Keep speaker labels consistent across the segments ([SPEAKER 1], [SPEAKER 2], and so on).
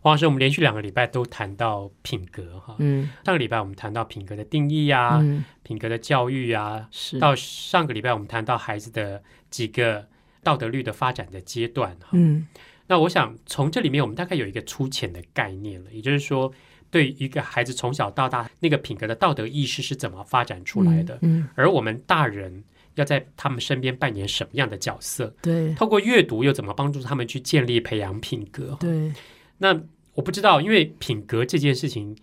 [SPEAKER 1] 黄老师，我们连续两个礼拜都谈到品格哈，
[SPEAKER 2] 嗯
[SPEAKER 1] 上个礼拜我们谈到品格的定义啊，
[SPEAKER 2] 嗯，
[SPEAKER 1] 品格的教育啊，
[SPEAKER 2] 是
[SPEAKER 1] 到上个礼拜我们谈到孩子的几个道德律的发展的阶段哈。
[SPEAKER 2] 嗯
[SPEAKER 1] 那我想从这里面我们大概有一个粗浅的概念了，也就是说，对一个孩子从小到大那个品格的道德意识是怎么发展出来的，
[SPEAKER 2] 嗯，
[SPEAKER 1] 而我们大人要在他们身边扮演什么样的角色？
[SPEAKER 2] 对
[SPEAKER 1] 透过阅读又怎么帮助他们去建立培养品格？
[SPEAKER 2] 对，
[SPEAKER 1] 那我不知道，因为品格这件事情，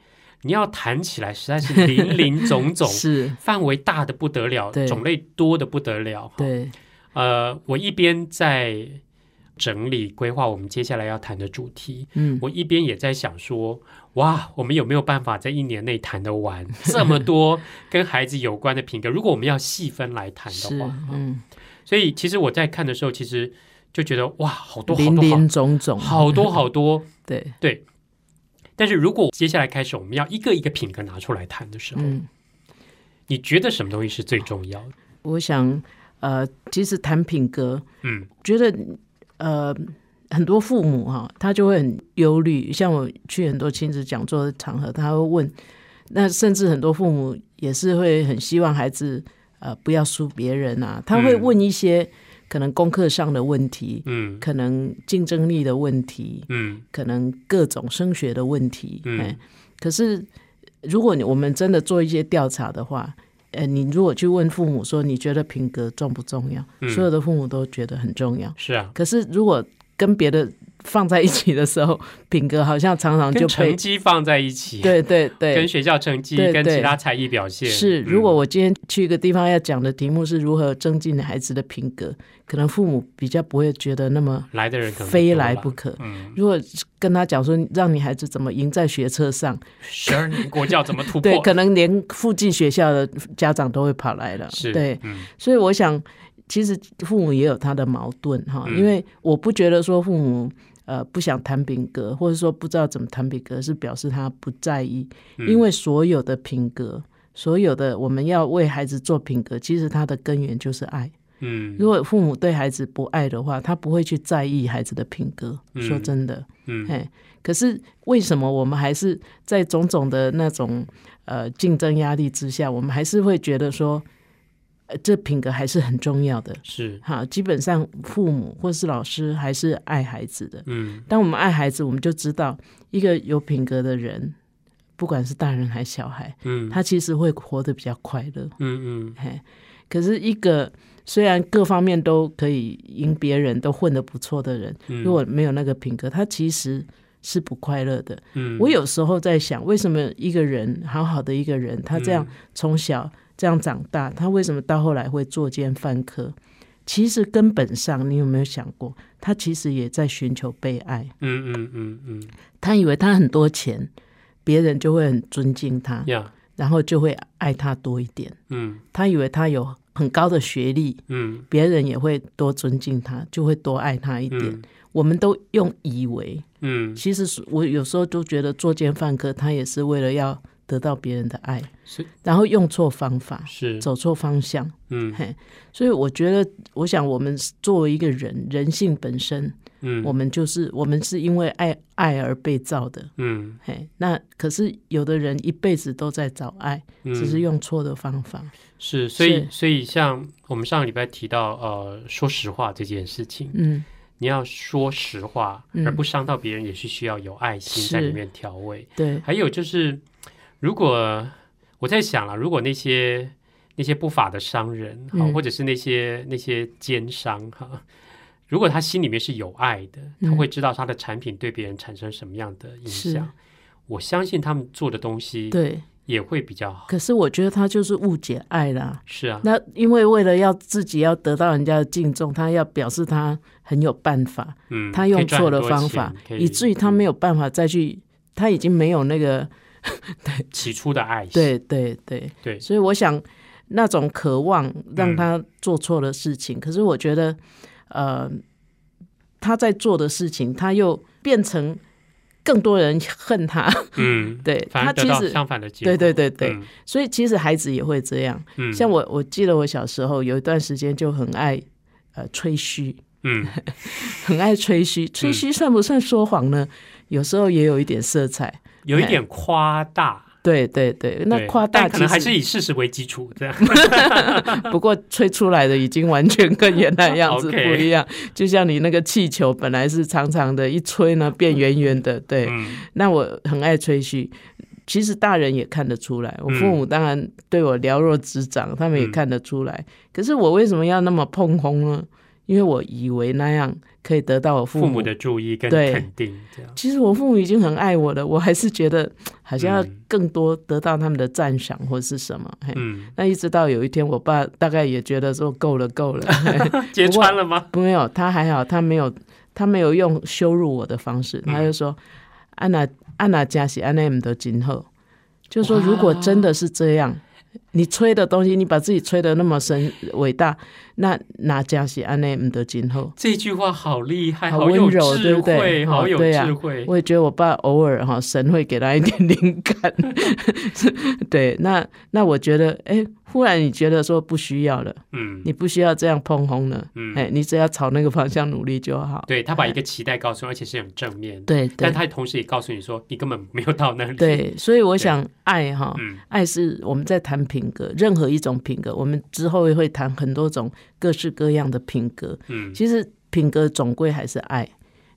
[SPEAKER 1] 你要谈起来实在是 林林总总，
[SPEAKER 2] 是，
[SPEAKER 1] 范围大的不得了，
[SPEAKER 2] 对
[SPEAKER 1] 种类多的不得了。，
[SPEAKER 2] 对，
[SPEAKER 1] 呃，我一边在整理规划我们接下来要谈的主题，
[SPEAKER 2] 嗯
[SPEAKER 1] 我一边也在想说，哇，我们有没有办法在一年内谈得完这么 多跟孩子有关的品格？如果我们要细分来谈
[SPEAKER 2] 是
[SPEAKER 1] 的话，啊
[SPEAKER 2] 嗯，
[SPEAKER 1] 所以其实我在看的时候，其实就觉得哇，好多好
[SPEAKER 2] 林
[SPEAKER 1] 多
[SPEAKER 2] 林总总，
[SPEAKER 1] 好好多好多。
[SPEAKER 2] 对，
[SPEAKER 1] 但是如果接下来开始我们要一个一个品格拿出来谈的时候，
[SPEAKER 2] 嗯，
[SPEAKER 1] 你觉得什么东西是最重要的？
[SPEAKER 2] 我想呃，其实谈品格，
[SPEAKER 1] 嗯
[SPEAKER 2] 觉得呃。很多父母哈、他就会很忧虑。像我去很多亲子讲座的场合，他会问，那甚至很多父母也是会很希望孩子呃不要输别人啊，他会
[SPEAKER 1] 嗯
[SPEAKER 2] 问一些可能功课上的问题，
[SPEAKER 1] 嗯
[SPEAKER 2] 可能竞争力的问题，
[SPEAKER 1] 嗯
[SPEAKER 2] 可能各种升学的问题。
[SPEAKER 1] 嗯
[SPEAKER 2] 哎，可是如果你我们真的做一些调查的话，呃，你如果去问父母说你觉得品格重不重要，
[SPEAKER 1] 嗯
[SPEAKER 2] 所有的父母都觉得很重要。
[SPEAKER 1] 是啊，
[SPEAKER 2] 可是如果跟别的放在一起的时候，品格好像常常就
[SPEAKER 1] 跟
[SPEAKER 2] 被
[SPEAKER 1] 成绩放在一起，
[SPEAKER 2] 对对
[SPEAKER 1] 跟
[SPEAKER 2] 对。
[SPEAKER 1] 学校成绩、
[SPEAKER 2] 对
[SPEAKER 1] 跟
[SPEAKER 2] 对
[SPEAKER 1] 其他才艺表现
[SPEAKER 2] 是，
[SPEAKER 1] 嗯
[SPEAKER 2] 如果我今天去一个地方要讲的题目是如何增进孩子的品格，可能父母比较不会觉得那么
[SPEAKER 1] 来的人可能
[SPEAKER 2] 非
[SPEAKER 1] 多
[SPEAKER 2] 来
[SPEAKER 1] 啦
[SPEAKER 2] 不可。
[SPEAKER 1] 嗯，
[SPEAKER 2] 如果跟他讲说让你孩子怎么赢在学车上，
[SPEAKER 1] 十二年国教怎么突
[SPEAKER 2] 对，
[SPEAKER 1] 破？
[SPEAKER 2] 可能连附近学校的家长都会跑来了，
[SPEAKER 1] 是，
[SPEAKER 2] 对，
[SPEAKER 1] 嗯
[SPEAKER 2] 所以我想，其实父母也有他的矛盾哈，
[SPEAKER 1] 嗯
[SPEAKER 2] 因为我不觉得说父母。呃，不想谈品格，或者说不知道怎么谈品格，是表示他不在意，
[SPEAKER 1] 嗯
[SPEAKER 2] 因为所有的品格，所有的我们要为孩子做品格，其实它的根源就是爱。
[SPEAKER 1] 嗯
[SPEAKER 2] 如果父母对孩子不爱的话，他不会去在意孩子的品格。说
[SPEAKER 1] 嗯
[SPEAKER 2] 真的，
[SPEAKER 1] 嗯
[SPEAKER 2] 哎，可是为什么我们还是在种种的那种呃竞争压力之下，我们还是会觉得说，呃，这品格还是很重要的。
[SPEAKER 1] 是
[SPEAKER 2] 好，基本上父母或是老师还是爱孩子的。
[SPEAKER 1] 嗯
[SPEAKER 2] 当我们爱孩子，我们就知道一个有品格的人，不管是大人还是小孩，
[SPEAKER 1] 嗯
[SPEAKER 2] 他其实会活得比较快乐。
[SPEAKER 1] 嗯嗯
[SPEAKER 2] 嘿，可是一个虽然各方面都可以赢别人，都混得不错的人，
[SPEAKER 1] 嗯，
[SPEAKER 2] 如果没有那个品格，他其实是不快乐的。
[SPEAKER 1] 嗯
[SPEAKER 2] 我有时候在想，为什么一个人好好的一个人，他这样
[SPEAKER 1] 嗯
[SPEAKER 2] 从小这样长大，他为什么到后来会作奸犯科？其实根本上，你有没有想过，他其实也在寻求被爱。
[SPEAKER 1] 嗯嗯嗯嗯
[SPEAKER 2] 他以为他很多钱，别人就会很尊敬他
[SPEAKER 1] 嗯，呀
[SPEAKER 2] 然后就会爱他多一点。
[SPEAKER 1] 嗯
[SPEAKER 2] 他以为他有很高的学历，
[SPEAKER 1] 嗯
[SPEAKER 2] 别人也会多尊敬他，就会多爱他一点。
[SPEAKER 1] 嗯
[SPEAKER 2] 我们都用以为，
[SPEAKER 1] 嗯，
[SPEAKER 2] 其实是我有时候都觉得作奸犯科，他也是为了要得到别人的爱，
[SPEAKER 1] 是
[SPEAKER 2] 然后用错方法，
[SPEAKER 1] 是
[SPEAKER 2] 走错方向。
[SPEAKER 1] 嗯
[SPEAKER 2] 嘿，所以我觉得，我想我们作为一个人，人性本身，
[SPEAKER 1] 嗯
[SPEAKER 2] 我们就是我们是因为爱爱而被造的。
[SPEAKER 1] 嗯
[SPEAKER 2] 嘿，那可是有的人一辈子都在找爱，
[SPEAKER 1] 嗯
[SPEAKER 2] 只是用错的方法。
[SPEAKER 1] 是，所以
[SPEAKER 2] 是
[SPEAKER 1] 所以像我们上个礼拜提到呃，说实话这件事情，
[SPEAKER 2] 嗯，
[SPEAKER 1] 你要说实话
[SPEAKER 2] 嗯
[SPEAKER 1] 而不伤到别人，也是需要有爱心在
[SPEAKER 2] 是
[SPEAKER 1] 里面调味。
[SPEAKER 2] 对，
[SPEAKER 1] 还有就是，如果我在想了，如果那些那些不法的商人，哈、
[SPEAKER 2] 嗯
[SPEAKER 1] 或者是那些那些奸商，哈、如果他心里面是有爱的，
[SPEAKER 2] 嗯
[SPEAKER 1] 他会知道他的产品对别人产生什么样的影
[SPEAKER 2] 是
[SPEAKER 1] 响。我相信他们做的东西
[SPEAKER 2] 对。
[SPEAKER 1] 也会比较好。
[SPEAKER 2] 可是我觉得他就是误解爱啦。
[SPEAKER 1] 是啊，
[SPEAKER 2] 那因为为了要自己要得到人家的敬重，他要表示他很有办法，
[SPEAKER 1] 嗯，
[SPEAKER 2] 他用错了方法，以至于他没
[SPEAKER 1] 有
[SPEAKER 2] 有办法再去，他已经没有那个
[SPEAKER 1] 起初的爱心。
[SPEAKER 2] 对对对，
[SPEAKER 1] 对
[SPEAKER 2] 所以我想那种渴望让他做错了事情，可是我觉得，呃，他在做的事情，他又变成更多人恨他，
[SPEAKER 1] 嗯，
[SPEAKER 2] 对
[SPEAKER 1] 反而
[SPEAKER 2] 他
[SPEAKER 1] 得
[SPEAKER 2] 其
[SPEAKER 1] 到
[SPEAKER 2] 实
[SPEAKER 1] 相反的结果。
[SPEAKER 2] 对对对对，
[SPEAKER 1] 嗯，
[SPEAKER 2] 所以其实孩子也会这样。
[SPEAKER 1] 嗯
[SPEAKER 2] 像我，我记得我小时候有一段时间就很爱呃吹嘘，
[SPEAKER 1] 嗯
[SPEAKER 2] 很爱吹嘘，吹嘘算不算说谎呢？有时候也有一点色彩。
[SPEAKER 1] 有一点夸大。
[SPEAKER 2] 对对对， 那
[SPEAKER 1] 对
[SPEAKER 2] 夸大
[SPEAKER 1] 但可能
[SPEAKER 2] 其
[SPEAKER 1] 还
[SPEAKER 2] 实
[SPEAKER 1] 是以事实为基础，这样。
[SPEAKER 2] 不过吹出来的已经完全跟原 来样子
[SPEAKER 1] OK
[SPEAKER 2] 不一样，就像你那个气球本来是长长的，一吹呢变圆圆的。对，
[SPEAKER 1] 嗯
[SPEAKER 2] 那我很爱吹嘘。其实大人也看得出来，我
[SPEAKER 1] 嗯
[SPEAKER 2] 父母当然对我了若指掌，他们也
[SPEAKER 1] 嗯
[SPEAKER 2] 看得出来。可是我为什么要那么碰轰呢？因为我以为那样可以得到我父
[SPEAKER 1] 父
[SPEAKER 2] 母
[SPEAKER 1] 母的注意跟
[SPEAKER 2] 对
[SPEAKER 1] 肯定，这样。
[SPEAKER 2] 其实我父母已经很爱我了，我还是觉得好像要
[SPEAKER 1] 嗯
[SPEAKER 2] 更多得到他们的赞赏或是什么。嘿
[SPEAKER 1] 嗯，
[SPEAKER 2] 那一直到有一天，我爸大概也觉得说够了，够了。嘿
[SPEAKER 1] 揭穿了吗？
[SPEAKER 2] 没有，他还好，他没有，他没有用羞辱我的方式，他就说：“啊安娜，安娜加西，安娜姆德今后。”就说
[SPEAKER 1] 哇
[SPEAKER 2] 如果真的是这样，你吹的东西，你把自己吹得那么神伟大，那那加西安娜姆德今后。
[SPEAKER 1] 这句话好厉害，
[SPEAKER 2] 好
[SPEAKER 1] 好有
[SPEAKER 2] 温柔
[SPEAKER 1] 智
[SPEAKER 2] 对不对
[SPEAKER 1] 慧，
[SPEAKER 2] 哦
[SPEAKER 1] 好有
[SPEAKER 2] 对啊
[SPEAKER 1] 智慧。
[SPEAKER 2] 我也觉得我爸偶尔哈神会给他一点灵感， 对，那那我觉得，哎，忽然你觉得说不需要了，
[SPEAKER 1] 嗯
[SPEAKER 2] 你不需要这样碰红了，
[SPEAKER 1] 嗯，
[SPEAKER 2] 哎，你只要朝那个方向努力就好。
[SPEAKER 1] 对他把一个期待告诉你，而且是很正面，
[SPEAKER 2] 对对
[SPEAKER 1] 但他同时也告诉你说，你根本没有到那里。，
[SPEAKER 2] 对，所以我想爱哈，
[SPEAKER 1] 嗯
[SPEAKER 2] 爱是我们在谈品格，任何一种品格，我们之后也会谈很多种各式各样的品格。
[SPEAKER 1] 嗯
[SPEAKER 2] 其实品格总归还是爱。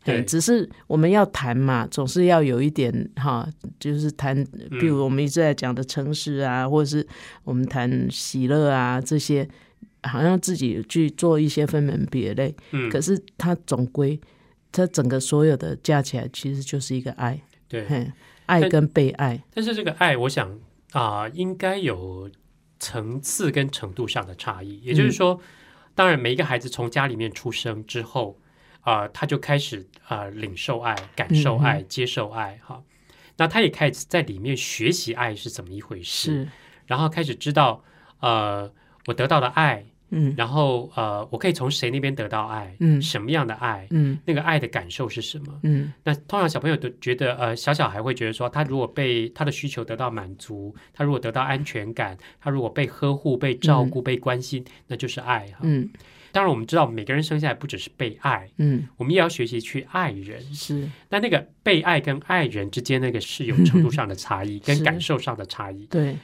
[SPEAKER 1] 对
[SPEAKER 2] 嗯只是我们要谈嘛，总是要有一点哈，就是谈，
[SPEAKER 1] 嗯
[SPEAKER 2] 比如我们一直在讲的诚实啊，或者是我们谈喜乐啊这些，好像自己去做一些分门别类，
[SPEAKER 1] 嗯，
[SPEAKER 2] 可是它总归，它整个所有的加起来，其实就是一个爱，
[SPEAKER 1] 对。
[SPEAKER 2] 嘿，爱
[SPEAKER 1] 但
[SPEAKER 2] 跟被爱，
[SPEAKER 1] 但是这个爱，我想啊、应该有层次跟程度上的差异。也就是说，当然每一个孩子从家里面出生之后，啊、他就开始啊、领受爱、感受
[SPEAKER 2] 嗯
[SPEAKER 1] 爱、接受爱，哈。那他也开始在里面学习爱是怎么一回事，
[SPEAKER 2] 是，
[SPEAKER 1] 然后开始知道，呃，我得到的爱，
[SPEAKER 2] 嗯
[SPEAKER 1] 然后呃，我可以从谁那边得到爱，
[SPEAKER 2] 嗯
[SPEAKER 1] 什么样的爱，
[SPEAKER 2] 嗯
[SPEAKER 1] 那个爱的感受是什么？
[SPEAKER 2] 嗯
[SPEAKER 1] 那通常小朋友都觉得，呃，小小孩会觉得说，他如果被他的需求得到满足，他如果得到安全感，他如果被呵护、被照顾、被关心，那就是爱哈。
[SPEAKER 2] 嗯
[SPEAKER 1] 当然，我们知道每个人生下来不只是被爱，
[SPEAKER 2] 嗯，
[SPEAKER 1] 我们也要学习去爱人。
[SPEAKER 2] 是
[SPEAKER 1] 但那个被爱跟爱人之间，那个是有程度上的差异，
[SPEAKER 2] 嗯
[SPEAKER 1] 跟
[SPEAKER 2] 是
[SPEAKER 1] 感受上的差异。
[SPEAKER 2] 对，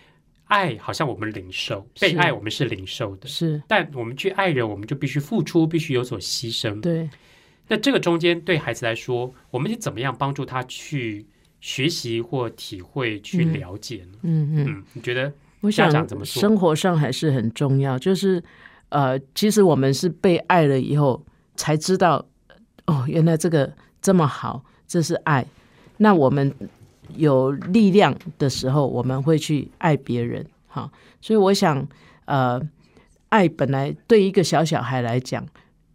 [SPEAKER 1] 爱好像我们领受，
[SPEAKER 2] 是
[SPEAKER 1] 被爱我们是领受的，
[SPEAKER 2] 是，
[SPEAKER 1] 但我们去爱人，我们就必须付出，必须有所牺牲。
[SPEAKER 2] 对，
[SPEAKER 1] 那这个中间对孩子来说，我们是怎么样帮助他去学习或体会、去
[SPEAKER 2] 嗯
[SPEAKER 1] 了解呢？
[SPEAKER 2] 嗯嗯。
[SPEAKER 1] 嗯，你觉得？
[SPEAKER 2] 我
[SPEAKER 1] 家
[SPEAKER 2] 想
[SPEAKER 1] 长怎么做
[SPEAKER 2] 生活上还是很重要，就是呃，其实我们是被爱了以后才知道，哦，原来这个这么好，这是爱。那我们有力量的时候，我们会去爱别人，哈。所以我想，呃，爱本来对一个小小孩来讲，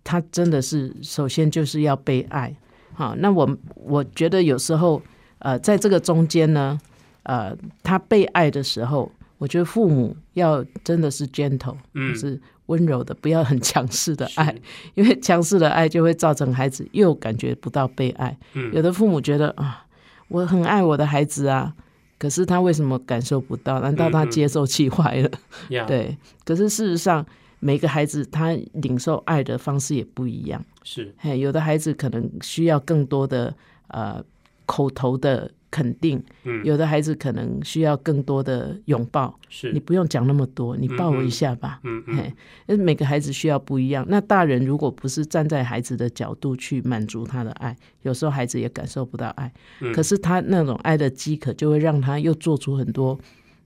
[SPEAKER 2] 他真的是首先就是要被爱，好。那我我觉得有时候，呃，在这个中间呢，呃，他被爱的时候，我觉得父母要真的是 gentle，、
[SPEAKER 1] 嗯
[SPEAKER 2] 就是温柔的，不要很强势的爱
[SPEAKER 1] 是，
[SPEAKER 2] 因为强势的爱就会造成孩子又感觉不到被爱。
[SPEAKER 1] 嗯
[SPEAKER 2] 有的父母觉得啊，我很爱我的孩子啊，可是他为什么感受不到？难道他
[SPEAKER 1] 嗯嗯
[SPEAKER 2] 接受气坏了？
[SPEAKER 1] 呀，
[SPEAKER 2] 对，可是事实上。每个孩子他领受爱的方式也不一样，
[SPEAKER 1] 是，
[SPEAKER 2] 嘿，有的孩子可能需要更多的呃口头的肯定，
[SPEAKER 1] 嗯，
[SPEAKER 2] 有的孩子可能需要更多的拥抱，
[SPEAKER 1] 是
[SPEAKER 2] 你，不用讲那么多，你抱我一下吧。
[SPEAKER 1] 嗯嗯
[SPEAKER 2] 嘿，那每个孩子需要不一样。那大人如果不是站在孩子的角度去满足他的爱，有时候孩子也感受不到爱。
[SPEAKER 1] 嗯
[SPEAKER 2] 可是他那种爱的饥渴，就会让他又做出很多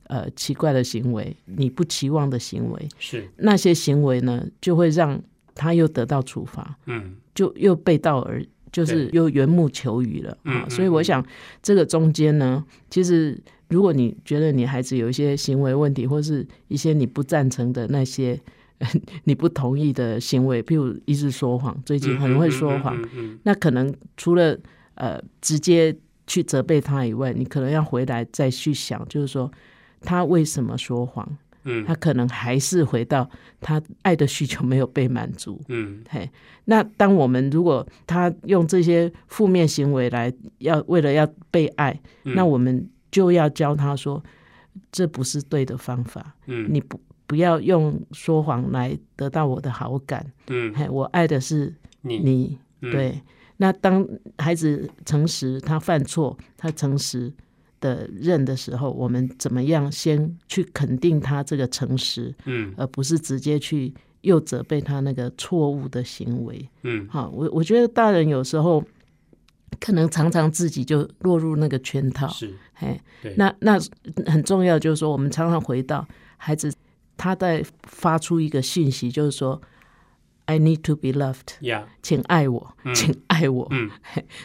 [SPEAKER 2] 呃奇怪的行为，你不期望的行为。
[SPEAKER 1] 是，
[SPEAKER 2] 那些行为呢，就会让他又得到处罚。
[SPEAKER 1] 嗯
[SPEAKER 2] 就又背道而，就是又缘木求鱼了
[SPEAKER 1] 嗯
[SPEAKER 2] 啊
[SPEAKER 1] 嗯。
[SPEAKER 2] 所以我想，这个中间呢，其实如果你觉得你孩子有一些行为问题，或是一些你不赞成的那些 你不同意的行为，譬如
[SPEAKER 1] 嗯
[SPEAKER 2] 一直说谎，最近很会说谎，
[SPEAKER 1] 嗯嗯嗯嗯嗯
[SPEAKER 2] 那可能除了呃直接去责备他以外，你可能要回来再去想，就是说他为什么说谎？
[SPEAKER 1] 嗯
[SPEAKER 2] 他可能还是回到他爱的需求没有被满足，
[SPEAKER 1] 嗯
[SPEAKER 2] 嘿，那当我们如果他用这些负面行为来要为了要被爱，
[SPEAKER 1] 嗯
[SPEAKER 2] 那我们就要教他说，这不是对的方法，
[SPEAKER 1] 嗯
[SPEAKER 2] 你不不要用说谎来得到我的好感，
[SPEAKER 1] 嗯，
[SPEAKER 2] 嘿，我爱的是
[SPEAKER 1] 你
[SPEAKER 2] 你，
[SPEAKER 1] 嗯
[SPEAKER 2] 对。那当孩子诚实，他犯错，他诚实的认的时候，我们怎么样先去肯定他这个诚实，
[SPEAKER 1] 嗯
[SPEAKER 2] 而不是直接去又责备他那个错误的行为。
[SPEAKER 1] 嗯
[SPEAKER 2] 好，我我觉得大人有时候可能常常自己就落入那个圈套，
[SPEAKER 1] 是
[SPEAKER 2] 哎
[SPEAKER 1] 对，
[SPEAKER 2] 那那很重要，就是说我们常常回到孩子他在发出一个讯息，就是说 I need to be loved，
[SPEAKER 1] 呀
[SPEAKER 2] 请爱我，
[SPEAKER 1] 嗯
[SPEAKER 2] 请爱我。
[SPEAKER 1] 嗯，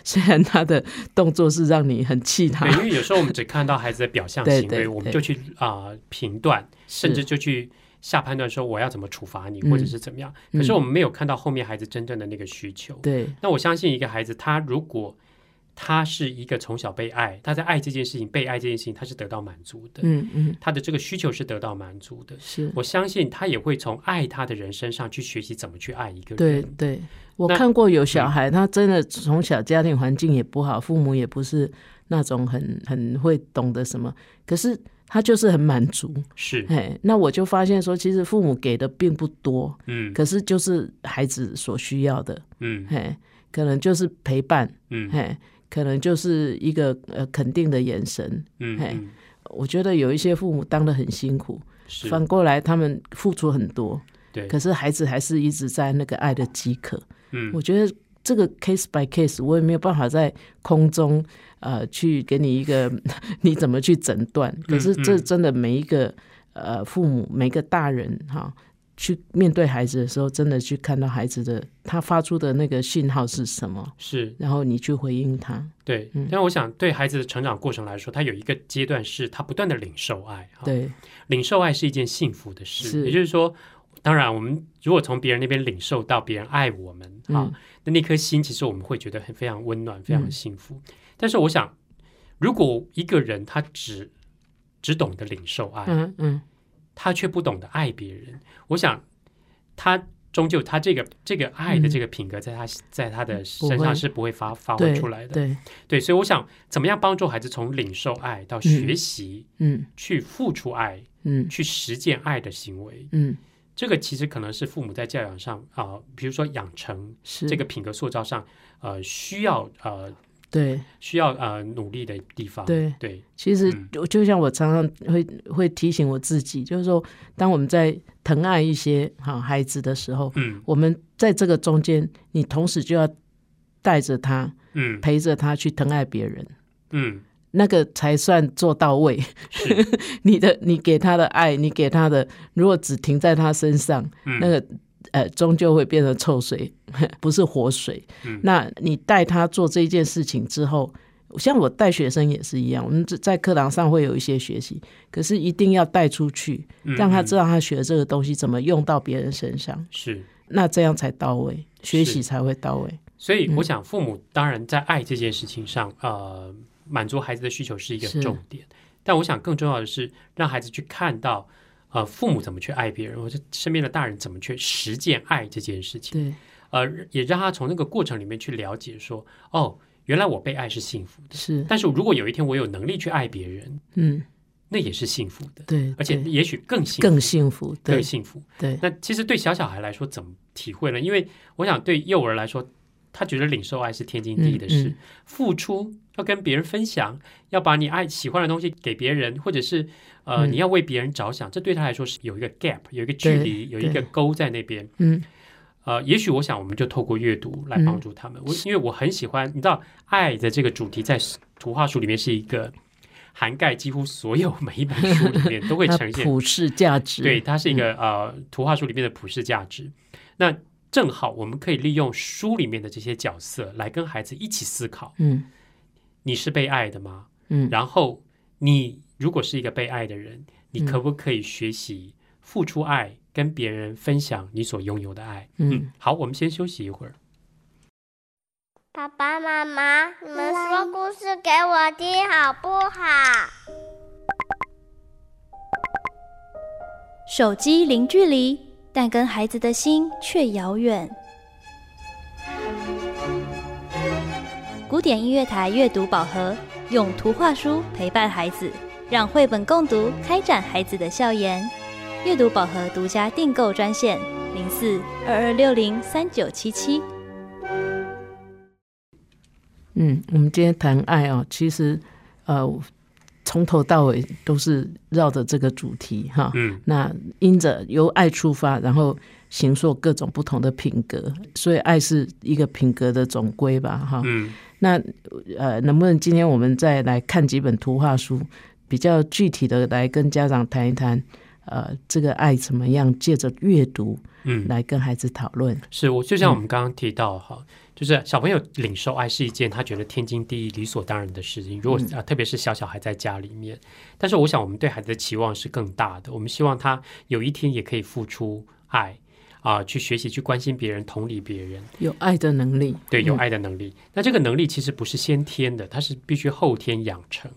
[SPEAKER 2] 虽然他的动作是让你很气他
[SPEAKER 1] 对，，因为有时候我们只看到孩子的表象
[SPEAKER 2] 对
[SPEAKER 1] 行为，
[SPEAKER 2] 对
[SPEAKER 1] 我们
[SPEAKER 2] 对
[SPEAKER 1] 就去啊评断，甚至
[SPEAKER 2] 是
[SPEAKER 1] 就去下判断说我要怎么处罚你，
[SPEAKER 2] 嗯
[SPEAKER 1] 或者是怎么样。可是
[SPEAKER 2] 嗯
[SPEAKER 1] 我们没有看到后面孩子真正的那个需求。
[SPEAKER 2] 对
[SPEAKER 1] 那我相信一个孩子，他如果他是一个从小被爱，他在爱这件事情、被爱这件事情，他是得到满足的，
[SPEAKER 2] 嗯嗯，
[SPEAKER 1] 他的这个需求是得到满足的。
[SPEAKER 2] 是。
[SPEAKER 1] 我相信他也会从爱他的人身上去学习怎么去爱一个人。
[SPEAKER 2] 对对，我
[SPEAKER 1] 那嗯
[SPEAKER 2] 看过有小孩，他真的从小家庭环境也不好，父母也不是那种很很会懂得什么，可是他就是很满足。
[SPEAKER 1] 是，
[SPEAKER 2] 哎，那我就发现说，其实父母给的并不多，
[SPEAKER 1] 嗯
[SPEAKER 2] 可是就是孩子所需要的，
[SPEAKER 1] 嗯
[SPEAKER 2] 哎，可能就是陪伴，
[SPEAKER 1] 嗯
[SPEAKER 2] 哎，可能就是一个呃肯定的眼神。
[SPEAKER 1] 嗯
[SPEAKER 2] 嘿
[SPEAKER 1] 嗯，
[SPEAKER 2] 我觉得有一些父母当的很辛苦，
[SPEAKER 1] 是，
[SPEAKER 2] 反过来他们付出很多，
[SPEAKER 1] 对，
[SPEAKER 2] 可是孩子还是一直在那个爱的饥渴。
[SPEAKER 1] 嗯
[SPEAKER 2] 我觉得这个 case by case，我也没有办法在空中呃去给你一个 你怎么去诊断。可是这
[SPEAKER 1] 嗯
[SPEAKER 2] 真的每一个呃父母，每个大人哈、去面对孩子的时候，真的去看到孩子的他发出的那个信号是什么，
[SPEAKER 1] 是，
[SPEAKER 2] 然后你去回应他。
[SPEAKER 1] 对，
[SPEAKER 2] 嗯
[SPEAKER 1] 但我想对孩子的成长过程来说，他有一个阶段是他不断的领受爱，哈，
[SPEAKER 2] 对，
[SPEAKER 1] 领受爱是一件幸福的事，
[SPEAKER 2] 是
[SPEAKER 1] 也就是说，当然我们如果从别人那边领受到别人爱我们，哈、
[SPEAKER 2] 嗯
[SPEAKER 1] 那那颗心其实我们会觉得很非常温暖，非常幸福。
[SPEAKER 2] 嗯
[SPEAKER 1] 但是我想，如果一个人他只只懂得领受爱，
[SPEAKER 2] 嗯嗯，
[SPEAKER 1] 他却不懂得爱别人，我想他。终究，他这个这个爱的这个品格，在他、在他的身
[SPEAKER 2] 嗯不
[SPEAKER 1] 上
[SPEAKER 2] 会
[SPEAKER 1] 是不会发发挥
[SPEAKER 2] 对
[SPEAKER 1] 出来的。
[SPEAKER 2] 对，
[SPEAKER 1] 对，所以我想怎么样帮助孩子从领受爱到学习，
[SPEAKER 2] 嗯
[SPEAKER 1] 去付出爱，
[SPEAKER 2] 嗯
[SPEAKER 1] 去实践爱的行为，
[SPEAKER 2] 嗯，
[SPEAKER 1] 这个其实可能是父母在教养上啊、比如说养成
[SPEAKER 2] 是
[SPEAKER 1] 这个品格塑造上，呃，需要呃
[SPEAKER 2] 对。
[SPEAKER 1] 需要呃努力的地方。
[SPEAKER 2] 对
[SPEAKER 1] 对，
[SPEAKER 2] 其实
[SPEAKER 1] 嗯
[SPEAKER 2] 就就像我常常会会提醒我自己，就是说，当我们在疼爱一些哈孩子的时候，
[SPEAKER 1] 嗯
[SPEAKER 2] 我们在这个中间，你同时就要带着他，
[SPEAKER 1] 嗯
[SPEAKER 2] 陪着他去疼爱别人，
[SPEAKER 1] 嗯，
[SPEAKER 2] 那个才算做到位。
[SPEAKER 1] 是，
[SPEAKER 2] 你的你给他的爱，你给他的，如果只停在他身上，
[SPEAKER 1] 嗯
[SPEAKER 2] 那个呃，终究会变成臭水， 不是活水。
[SPEAKER 1] 嗯
[SPEAKER 2] 那你带他做这件事情之后，像我带学生也是一样，我们在在课堂上会有一些学习，可是一定要带出去，
[SPEAKER 1] 嗯
[SPEAKER 2] 让他知
[SPEAKER 1] 道
[SPEAKER 2] 道他学这个东西怎么用到别人身上，
[SPEAKER 1] 是。
[SPEAKER 2] 那这样才到位，学习才会到位。
[SPEAKER 1] 所以
[SPEAKER 2] 嗯
[SPEAKER 1] 我想，父母当然在爱这件事情上，呃，满足孩子的需求是一个
[SPEAKER 2] 是
[SPEAKER 1] 重点。但我想更重要的是，让孩子去看到，呃，父母怎么去爱别人，或者身边的大人怎么去实践爱这件事情。
[SPEAKER 2] 对，
[SPEAKER 1] 呃，也让他从那个过程里面去了解说，哦，原来我被爱是幸福的。
[SPEAKER 2] 是，
[SPEAKER 1] 但是如果有一天我有能力去爱别人，
[SPEAKER 2] 嗯，
[SPEAKER 1] 那也是幸福的，
[SPEAKER 2] 对，
[SPEAKER 1] 而且
[SPEAKER 2] 对
[SPEAKER 1] 也许更幸福
[SPEAKER 2] 更幸福，
[SPEAKER 1] 更
[SPEAKER 2] 对
[SPEAKER 1] 幸福。
[SPEAKER 2] 对，
[SPEAKER 1] 那其实对小小孩来说怎么体会呢？因为我想对幼儿来说，他觉得领受爱是天经地义的事，
[SPEAKER 2] 嗯嗯
[SPEAKER 1] 付出要跟别人分享，要把你爱喜欢的东西给别人，或者是呃、
[SPEAKER 2] 嗯
[SPEAKER 1] 你要为别人着想，这对他来说是有一个 gap，有一个距离，有一个
[SPEAKER 2] 对
[SPEAKER 1] 沟在那边。
[SPEAKER 2] 嗯，
[SPEAKER 1] 呃，也许我想，我们就透过阅读来帮助他们。我因为我很喜欢，你知道，爱的这个主题在图画书里面是一个涵盖几乎所有每一本书里面都会
[SPEAKER 2] 那
[SPEAKER 1] 呈现
[SPEAKER 2] 普世价值，
[SPEAKER 1] 对，它是一
[SPEAKER 2] 嗯
[SPEAKER 1] 个、呃图画书里面的普世价值。那正好我们可以利用书里面的这些角色来跟孩子一起思考：
[SPEAKER 2] 嗯
[SPEAKER 1] 你是被爱的吗？
[SPEAKER 2] 嗯，
[SPEAKER 1] 然后你如果是一个被爱的人，你
[SPEAKER 2] 嗯
[SPEAKER 1] 可不可以学习付出爱，跟别人分享你所拥有的爱？
[SPEAKER 2] 嗯，
[SPEAKER 1] 好，我们先休息一会儿。
[SPEAKER 3] 爸爸妈妈，你们说故故事给我听好不好？
[SPEAKER 4] 手机零距离，但跟孩子的心却遥远。古典音乐台阅读宝盒，用图画书陪伴孩子，让绘本共读开展孩子的笑颜。阅读宝盒独家订购专线零四二二六零三九七七。
[SPEAKER 2] 嗯，我们今天谈爱哦，其实呃，从头到尾都是绕着这个主题哈。
[SPEAKER 1] 嗯，
[SPEAKER 2] 那因着由爱出发，然后形塑各种不同的品格，所以爱是一个品格的总归吧哈。
[SPEAKER 1] 嗯，
[SPEAKER 2] 那呃，能不能今天我们再来看几本图画书，比较具体的来跟家长谈一谈，呃，这个爱怎么样借着阅读
[SPEAKER 1] 嗯，
[SPEAKER 2] 来跟孩子讨论？
[SPEAKER 1] 是我就像我们刚刚提到哈，就是小朋友领受爱是一件他觉得天经地义、理所当然的事情。如果啊、特别是小小孩在家里面，但是我想我们对孩子的期望是更大的，我们希望他有一天也可以付出爱啊、去学习、去关心别人、同理别人。
[SPEAKER 2] 有爱的能力，
[SPEAKER 1] 对，有爱的能力。那这个能力其实不是先天的，它是必须后天养成。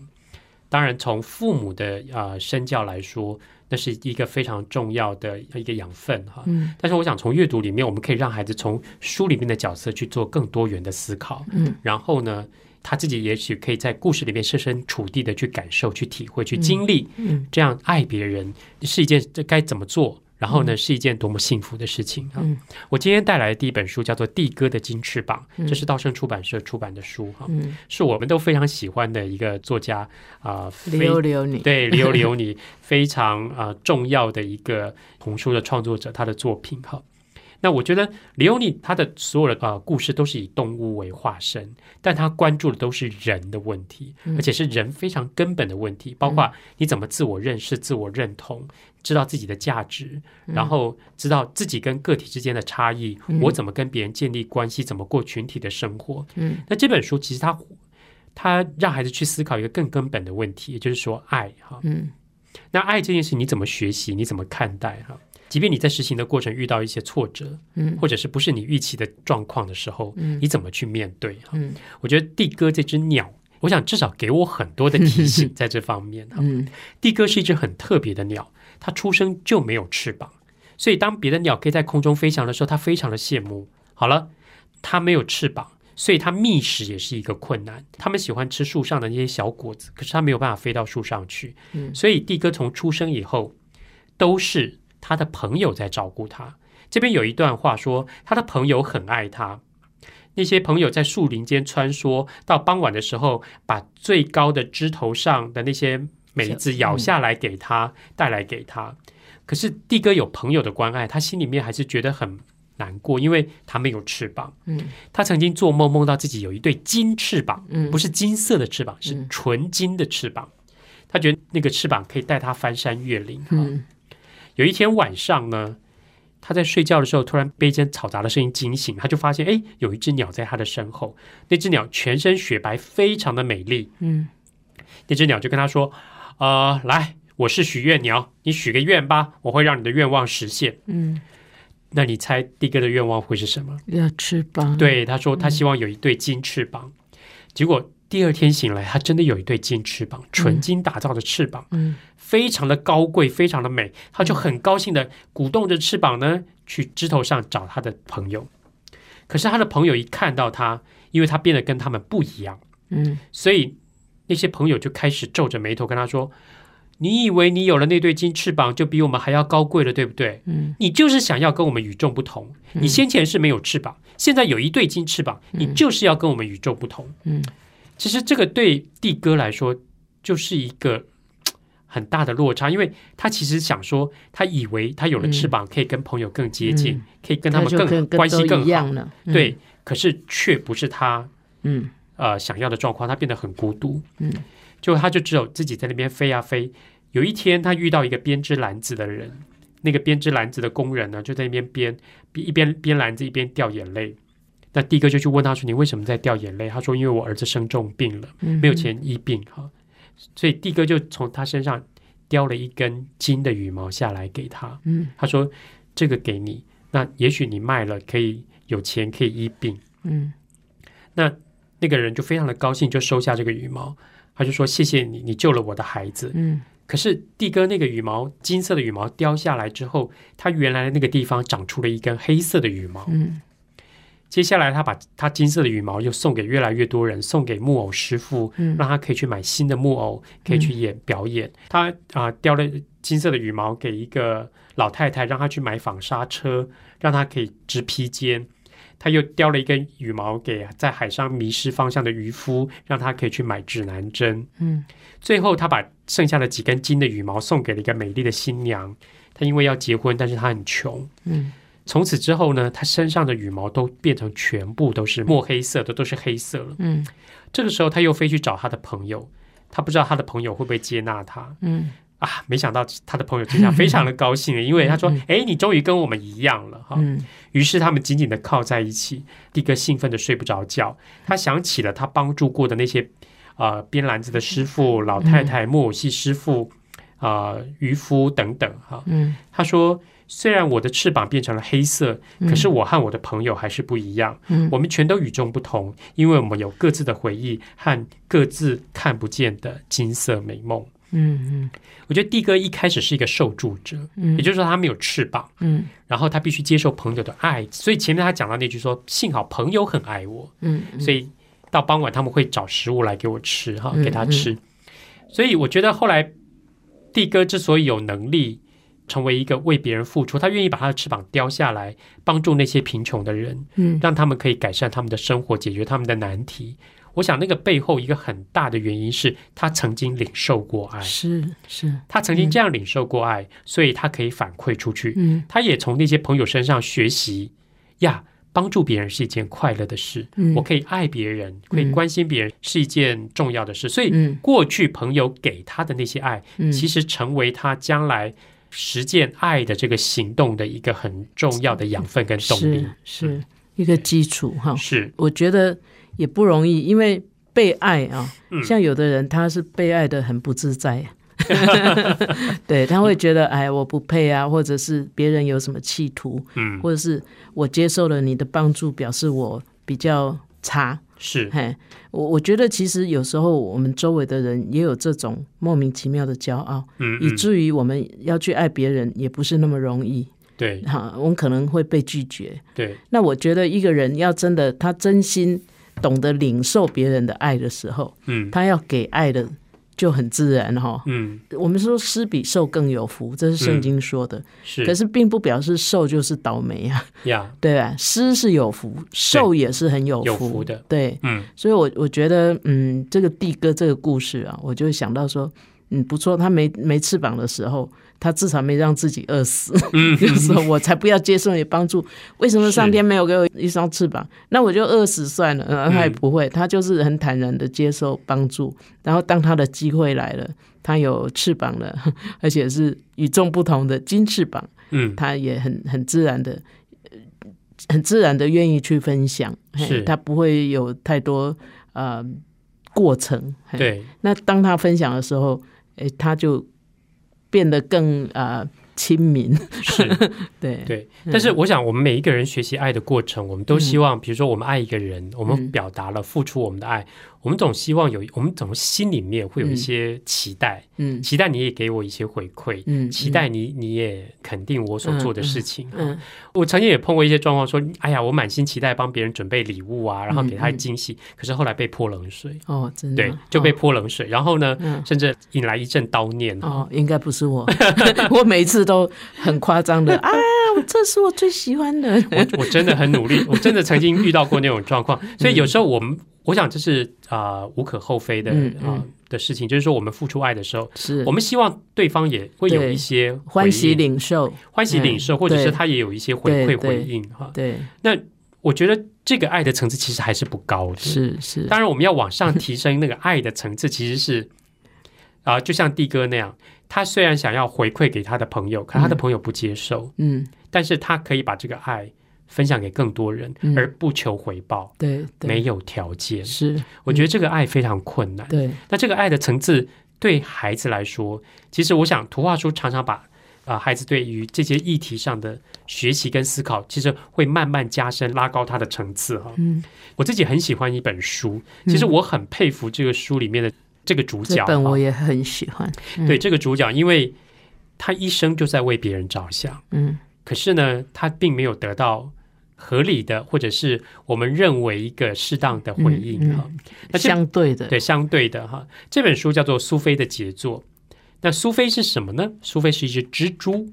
[SPEAKER 1] 当然，从父母的呃身教来说，那是一个非常重要的一个养分哈。
[SPEAKER 2] 嗯
[SPEAKER 1] 但是，我想从阅读里面，我们可以让孩子从书里面的角色去做更多元的思考。
[SPEAKER 2] 嗯，
[SPEAKER 1] 然后呢，他自己也许可以在故事里面设身处地的去感受、去体会、去经历，
[SPEAKER 2] 嗯
[SPEAKER 1] 这样爱别人是一件这该怎么做，然后呢是一件多么幸福的事情哈、
[SPEAKER 2] 嗯
[SPEAKER 1] 我今天带来的第一本书叫做《帝哥的金翅膀》，
[SPEAKER 2] 嗯
[SPEAKER 1] 这是道盛出版社出版的书哈、
[SPEAKER 2] 嗯，
[SPEAKER 1] 是我们都非常喜欢的一个作家啊、非
[SPEAKER 2] 嗯留留你，
[SPEAKER 1] 对里欧里欧尼非常呃重要的一个童书的创作者，他的作品哈。那我觉得里欧尼他的所有的呃故事都是以动物为化身，但他关注的都是人的问题，
[SPEAKER 2] 嗯
[SPEAKER 1] 而且是人非常根本的问题，包括你怎么自我认识、自我认同，知道自己的价值，
[SPEAKER 2] 嗯
[SPEAKER 1] 然后知道自己跟个体之间的差异，我怎么跟别人建立关系，怎么过群体的生活。
[SPEAKER 2] 嗯，
[SPEAKER 1] 那这本书其实它它让孩子去思考一个更根本的问题，也就是说爱哈。
[SPEAKER 2] 嗯
[SPEAKER 1] 那爱这件事你怎么学习，你怎么看待哈？即便你在实行的过程遇到一些挫折，
[SPEAKER 2] 嗯
[SPEAKER 1] 或者是不是你预期的状况的时候，你怎么去面对哈？
[SPEAKER 2] 嗯
[SPEAKER 1] 我觉得帝哥这只鸟，我想至少给我很多的 提醒在这方面哈。
[SPEAKER 2] 嗯
[SPEAKER 1] 帝哥是一只很特别的鸟，它出生就没有翅膀，所以当别的鸟可以在空中飞翔的时候，它非常的羡慕。好了，它没有翅膀，所以它觅食也是一个困难。它们喜欢吃树上的那些小果子，可是它没有办法飞到树上去。
[SPEAKER 2] 嗯
[SPEAKER 1] 所以帝哥从出生以后，都是他的朋友在照顾他。这边有一段话说，他的朋友很爱他。那些朋友在树林间穿梭，到傍晚的时候，把最高的枝头上的那些梅子咬下来给他，带来给他。可是帝哥有朋友的关爱，他心里面还是觉得很难过，因为他没有翅膀。
[SPEAKER 2] 嗯
[SPEAKER 1] 他曾经做梦，梦到自己有一对金翅膀，
[SPEAKER 2] 嗯，
[SPEAKER 1] 不
[SPEAKER 2] 是
[SPEAKER 1] 是金色的翅膀，是
[SPEAKER 2] 嗯
[SPEAKER 1] 纯金的翅膀。他觉得那个翅膀可以带他翻山越岭。啊
[SPEAKER 2] 嗯
[SPEAKER 1] 有一天晚上呢，他在睡觉的时候，突然被一阵嘈杂的声音惊醒，他就发现，哎，有一只鸟在他的身后。那只鸟全身雪白，非常的美丽。
[SPEAKER 2] 嗯
[SPEAKER 1] 那只鸟就跟他说：“呃，来，我是许愿鸟，你许个愿吧，我会让你的愿望实现。
[SPEAKER 2] 嗯，”
[SPEAKER 1] 那你猜帝哥的愿望会是什么？
[SPEAKER 2] 要翅膀，，
[SPEAKER 1] 对，他说他希望有一对金翅膀。结果第二天醒来，他真的有一对金翅膀，纯金打造的翅膀，
[SPEAKER 2] 嗯
[SPEAKER 1] 非常的高贵，非常的美。他就很高兴的鼓动着翅膀呢，去枝头上找他的朋友。可是他的朋友一看到他，因为他变得跟他们不一样，
[SPEAKER 2] 嗯
[SPEAKER 1] 所以那些朋友就开始皱着眉头跟他说：“你以为你有了那对金翅膀，就比我们还要高贵了，对不对？
[SPEAKER 2] 嗯
[SPEAKER 1] 你就是想要跟我们与众不同。你先前是没有翅膀，现在有一对金翅膀，你就是要跟我们与众不同。
[SPEAKER 2] 嗯，
[SPEAKER 1] 其实这个对帝哥来说就是一个嘖很大的落差，因为他其实想说，他以为他有了翅膀，可以跟朋友更接近，
[SPEAKER 2] 嗯
[SPEAKER 1] 可以跟他们
[SPEAKER 2] 就
[SPEAKER 1] 更
[SPEAKER 2] 跟
[SPEAKER 1] 关系
[SPEAKER 2] 都
[SPEAKER 1] 更
[SPEAKER 2] 一样
[SPEAKER 1] 好。
[SPEAKER 2] 了，嗯，
[SPEAKER 1] 对，可是却不是他
[SPEAKER 2] 嗯
[SPEAKER 1] 呃想要的状况，他变得很孤独。
[SPEAKER 2] 嗯，
[SPEAKER 1] 就他就只有自己在那边飞啊飞。有一天，他遇到一个编织篮子的人，那个编织篮子的工人呢，就在那边编，一边编篮子一边掉眼泪。那第一个就去问他说：“你为什么在掉眼泪？”他说：“因为我儿子生重病了，
[SPEAKER 2] 嗯
[SPEAKER 1] 没有钱医病哈。所以帝哥就从他身上叼了一根金的羽毛下来给他。
[SPEAKER 2] 嗯，
[SPEAKER 1] 他说：“这个给你，那也许你卖了可以有钱可以医病。”
[SPEAKER 2] 嗯
[SPEAKER 1] 那个人就非常的高兴，就收下这个羽毛，他就说谢谢你，你救了我的孩子。
[SPEAKER 2] 嗯，
[SPEAKER 1] 可是地哥那个羽毛，金色的羽毛掉下来之后，它原来的那个地方长出了一根黑色的羽毛。
[SPEAKER 2] 嗯，
[SPEAKER 1] 接下来他把他金色的羽毛又送给越来越多人，送给木偶师傅，
[SPEAKER 2] 嗯
[SPEAKER 1] 让他可以去买新的木偶，可以去演表演。他啊、雕了金色的羽毛给一个老太太，让她去买纺纱车，让她可以织披肩。他又雕了一根羽毛给在海上迷失方向的渔夫，让他可以去买指南针。
[SPEAKER 2] 嗯，
[SPEAKER 1] 最后他把剩下的几根金的羽毛送给了一个美丽的新娘。她因为要结婚，但是她很穷。
[SPEAKER 2] 嗯，
[SPEAKER 1] 从此之后呢，她身上的羽毛都变成全部都是墨黑色的，都是黑色了。
[SPEAKER 2] 嗯
[SPEAKER 1] 这个时候，她又飞去找她的朋友，她不知道她的朋友会不会接纳她。
[SPEAKER 2] 嗯
[SPEAKER 1] 啊，没想到她的朋友 就这样非常的高兴，因为她说：“哎，你终于跟我们一样了哈。
[SPEAKER 2] 嗯
[SPEAKER 1] 于是他们紧紧的靠在一起，迪哥兴奋的睡不着觉，他想起了他帮助过的那些，呃，编篮子的师
[SPEAKER 2] 嗯
[SPEAKER 1] 傅、老太太、木偶戏师傅，啊、渔夫等等哈、
[SPEAKER 2] 嗯
[SPEAKER 1] 他说，虽然我的翅膀变成了黑色，可是我和我的朋友还是不一样，
[SPEAKER 2] 嗯
[SPEAKER 1] 我们全都与众不同，因为我们有各自的回忆和各自看不见的金色美梦。
[SPEAKER 2] 嗯
[SPEAKER 1] 我觉得蒂哥一开始是一个受助者，
[SPEAKER 2] 嗯
[SPEAKER 1] 也就是说他没有翅膀。
[SPEAKER 2] 嗯
[SPEAKER 1] 然后他必须接受朋友的爱，所以前面他讲到那句说：“幸好朋友很爱我。
[SPEAKER 2] 嗯”
[SPEAKER 1] 所以到傍晚他们会找食物来给我吃，哈，
[SPEAKER 2] 嗯
[SPEAKER 1] 给他吃。所以我觉得后来帝哥之所以有能力成为一个为别人付出，他愿意把他的翅膀叼下来，帮助那些贫穷的人，
[SPEAKER 2] 嗯
[SPEAKER 1] 让他们可以改善他们的生活，解决他们的难题。我想那个背后一个很大的原因是他曾经领受过爱，
[SPEAKER 2] 是是
[SPEAKER 1] 他曾经这样领受过爱，所以他可以反馈出去。
[SPEAKER 2] 嗯
[SPEAKER 1] 他也从那些朋友身上学习呀，帮助别人是一件快乐的事，
[SPEAKER 2] 嗯
[SPEAKER 1] 我可以爱别人，可以关心别人是一件重要的事。所以，
[SPEAKER 2] 嗯
[SPEAKER 1] 过去朋友给他的那些爱，
[SPEAKER 2] 嗯
[SPEAKER 1] 其实成为他将来实践爱的这个行动的一个很重要的养分跟动力
[SPEAKER 2] 是。
[SPEAKER 1] 嗯
[SPEAKER 2] 是一个基础哈，
[SPEAKER 1] 是，
[SPEAKER 2] 我觉得也不容易，因为被爱啊，
[SPEAKER 1] 嗯
[SPEAKER 2] 像有的人他是被爱的很不自在。啊 对，他会觉得哎，我不配啊，或者是别人有什么企图，
[SPEAKER 1] 嗯，
[SPEAKER 2] 或者是我接受了你的帮助，表示我比较差。
[SPEAKER 1] 是，
[SPEAKER 2] 嘿，我我觉得其实有时候我们周围的人也有这种莫名其妙的骄傲，
[SPEAKER 1] 嗯，
[SPEAKER 2] 以
[SPEAKER 1] 嗯
[SPEAKER 2] 至于我们要去爱别人也不是那么容易。
[SPEAKER 1] 对
[SPEAKER 2] 哈，我们可能会被拒绝。
[SPEAKER 1] 对，
[SPEAKER 2] 那我觉得一个人要真的他真心懂得领受别人的爱的时候，
[SPEAKER 1] 嗯
[SPEAKER 2] 他要给爱的就很自然哈、哦。
[SPEAKER 1] 嗯，
[SPEAKER 2] 我们说施比受更有福，这是圣经说的，
[SPEAKER 1] 是，
[SPEAKER 2] 可是并不表示受就是倒霉啊，
[SPEAKER 1] 呀，
[SPEAKER 2] 对吧？施是有福，受也是很有福
[SPEAKER 1] 有福的
[SPEAKER 2] 对。
[SPEAKER 1] 嗯
[SPEAKER 2] 所以我，我觉得，嗯，这个帝哥这个故事啊，我就会想到说，嗯，不错，他没没翅膀的时候，他至少没让自己饿死。
[SPEAKER 1] 嗯
[SPEAKER 2] 就是我才不要接受你帮助。为什么上天没有给我一双翅膀？那我就饿死算了。嗯，他也不会，他就是很坦然的接受帮助。然后当他的机会来了，他有翅膀了， 而且是与众不同的金翅膀，
[SPEAKER 1] 嗯，
[SPEAKER 2] 他也很很自然的。呃很自然的愿意去分享，嘿
[SPEAKER 1] 是
[SPEAKER 2] 他不会有太多呃过程。嘿，
[SPEAKER 1] 对，
[SPEAKER 2] 那当他分享的时候，诶、他就变得更呃亲民。
[SPEAKER 1] 是。
[SPEAKER 2] 对，嗯
[SPEAKER 1] 对，但是我想，我们每一个人学习爱的过程，我们都希望，比如说我们爱一个
[SPEAKER 2] 嗯
[SPEAKER 1] 人，我们表达了付出我们的爱，我们总希望有，我们总心里面会有一些期待，
[SPEAKER 2] 嗯
[SPEAKER 1] 期待你也给我一些回馈。
[SPEAKER 2] 嗯，
[SPEAKER 1] 期待你，你也肯定我所做的事情。
[SPEAKER 2] 嗯
[SPEAKER 1] 我曾经也碰过一些状况，说，哎呀，我满心期待帮别人准备礼物啊，然后
[SPEAKER 2] 嗯
[SPEAKER 1] 给他
[SPEAKER 2] 嗯
[SPEAKER 1] 惊喜，可是后来被泼冷水，
[SPEAKER 2] 哦，真的
[SPEAKER 1] 对，就被
[SPEAKER 2] 哦
[SPEAKER 1] 泼冷水，然后呢，
[SPEAKER 2] 嗯
[SPEAKER 1] 甚至引来一阵叨念。
[SPEAKER 2] 哦，应该不是我， 我每一次都很夸张的啊，这是我最喜欢的，
[SPEAKER 1] 我我真的很努力，我真的曾经遇到过那种状况，所
[SPEAKER 2] 嗯
[SPEAKER 1] 以有时候我们，我想这是啊、呃无可厚非的啊、
[SPEAKER 2] 嗯嗯
[SPEAKER 1] 呃的事情，就是说我们付出爱的时候，
[SPEAKER 2] 是
[SPEAKER 1] 我们希望对方也会有
[SPEAKER 2] 对
[SPEAKER 1] 一些回
[SPEAKER 2] 欢喜
[SPEAKER 1] 应
[SPEAKER 2] 领受，
[SPEAKER 1] 欢喜领受，或者是
[SPEAKER 2] 对
[SPEAKER 1] 他也有一些回
[SPEAKER 2] 对
[SPEAKER 1] 馈
[SPEAKER 2] 对
[SPEAKER 1] 回应哈。
[SPEAKER 2] 对，
[SPEAKER 1] 我觉得这个爱的层次其实还是不高的，
[SPEAKER 2] 是是，
[SPEAKER 1] 当然我们要往上提升那个爱的层次，其实是啊、就像帝哥那样，他虽然想要回馈给他的朋友，可他的朋友不接受，
[SPEAKER 2] 嗯，
[SPEAKER 1] 但是他可以把这个爱分享给更多人，
[SPEAKER 2] 嗯
[SPEAKER 1] 而不求回报，
[SPEAKER 2] 对对，
[SPEAKER 1] 没有条件。
[SPEAKER 2] 是，
[SPEAKER 1] 我觉得这个爱非常困难。
[SPEAKER 2] 对，
[SPEAKER 1] 那这个爱的层次对孩子来说，其实我想图画书常常把啊、孩子对于这些议题上的学习跟思考，其实会慢慢加深，拉高他的层次哈、
[SPEAKER 2] 嗯，
[SPEAKER 1] 我自己很喜欢一本书，其实我很佩服这个书里面的这个主角
[SPEAKER 2] 这
[SPEAKER 1] 哈。
[SPEAKER 2] 本我也很喜欢。嗯
[SPEAKER 1] 对，这个主角，因为他一生就在为别人着想，
[SPEAKER 2] 嗯
[SPEAKER 1] 可是呢，他并没有得到合理的，或者是我们认为一个适当的回应
[SPEAKER 2] 嗯嗯
[SPEAKER 1] 哈、那这
[SPEAKER 2] 相对的，
[SPEAKER 1] 对，相对的哈，这本书叫做《苏菲的杰作》。那苏菲是什么呢？苏菲是一只蜘 蛛。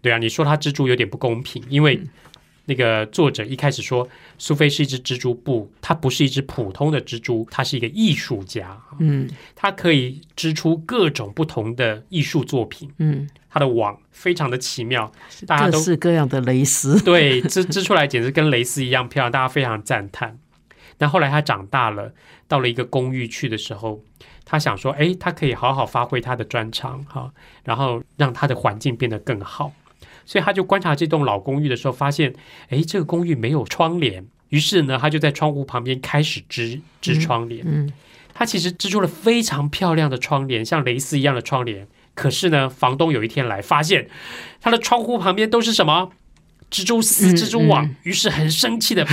[SPEAKER 1] 对啊，你说它蜘蛛有点不公平，
[SPEAKER 2] 嗯
[SPEAKER 1] 因为那个作者一开始说苏菲是一只蜘蛛，不，它不是一只普通的蜘蛛，它是一个艺术家，
[SPEAKER 2] 嗯
[SPEAKER 1] 它可以织出各种不同的艺术作品，
[SPEAKER 2] 嗯，
[SPEAKER 1] 它的网非常的奇妙，大家
[SPEAKER 2] 各
[SPEAKER 1] 都
[SPEAKER 2] 式各样的蕾丝，
[SPEAKER 1] 对，织织出来简直跟蕾丝一样漂亮，大家非常赞叹。那后来他长大了，到了一个公寓去的时候，他想说，哎，他可以好好发挥他的专长哈、然后让他的环境变得更好。所以他就观察这栋老公寓的时候，发现，哎，这个公寓没有窗帘。于是呢，他就在窗户旁边开始织织窗帘。
[SPEAKER 2] 嗯，
[SPEAKER 1] 他其实织出了非常漂亮的窗帘，像蕾丝一样的窗帘。可是呢，房东有一天来发现，他的窗户旁边都是什么蜘蛛丝、
[SPEAKER 2] 嗯
[SPEAKER 1] 蜘蛛网，
[SPEAKER 2] 嗯
[SPEAKER 1] 于是很生气的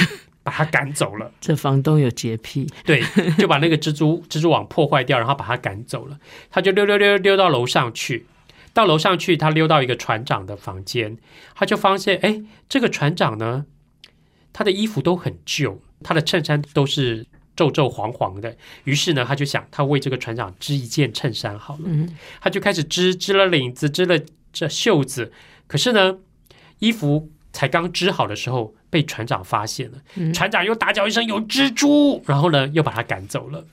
[SPEAKER 1] 把他赶走了。
[SPEAKER 2] 这房东有洁癖，
[SPEAKER 1] 对，就把那个蜘蛛蜘蛛网破坏掉，然后把他赶走了。他就溜溜溜溜到楼上去，到楼上去，他溜到一个船长的房间，他就发现，哎，这个船长呢，他的衣服都很旧，他的衬衫都是皱皱黄黄的。于是呢，他就想，他为这个船长织一件衬衫好了。
[SPEAKER 2] 嗯
[SPEAKER 1] 他就开始织，织了领子，织了这袖子。可是呢，衣服才刚织好的时候，被船长发现了。
[SPEAKER 2] 嗯
[SPEAKER 1] 船长又大叫一声“有蜘蛛”，然后呢，又把他赶走了。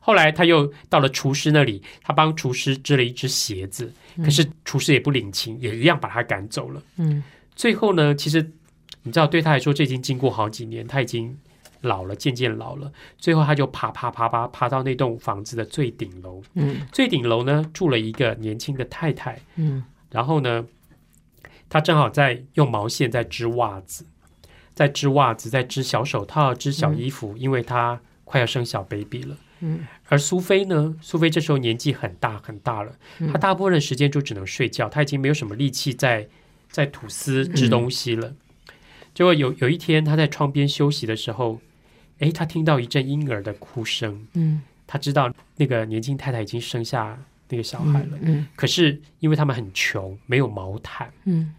[SPEAKER 1] 后来他又到了厨师那里，他帮厨师织了一只鞋子，可是厨师也不领情，也一样把他赶走了。
[SPEAKER 2] 嗯，
[SPEAKER 1] 最后呢，其实你知道，对他来说，这已经经过好几年，他已经老了，渐渐老了。最后他就爬爬爬爬爬到那栋房子的最顶楼，
[SPEAKER 2] 嗯
[SPEAKER 1] 最顶楼呢住了一个年轻的太太，
[SPEAKER 2] 嗯
[SPEAKER 1] 然后呢，她正好在用毛线在织袜子，在织袜子，在织小手套，织小衣服，因为她快要生小 baby 了。
[SPEAKER 2] 嗯，
[SPEAKER 1] 而苏菲呢，苏菲这时候年纪很大很大了，
[SPEAKER 2] 嗯
[SPEAKER 1] 她大部分的时间就只能睡觉，她已经没有什么力气在在吐丝织东西
[SPEAKER 2] 嗯
[SPEAKER 1] 了。结果有有一天，她在窗边休息的时候，诶，她听到一阵婴儿的哭声，
[SPEAKER 2] 嗯，
[SPEAKER 1] 她知道那个年轻太太已经生下那个小孩了。
[SPEAKER 2] 嗯
[SPEAKER 1] 可是因为他们很穷，没有毛毯，
[SPEAKER 2] 嗯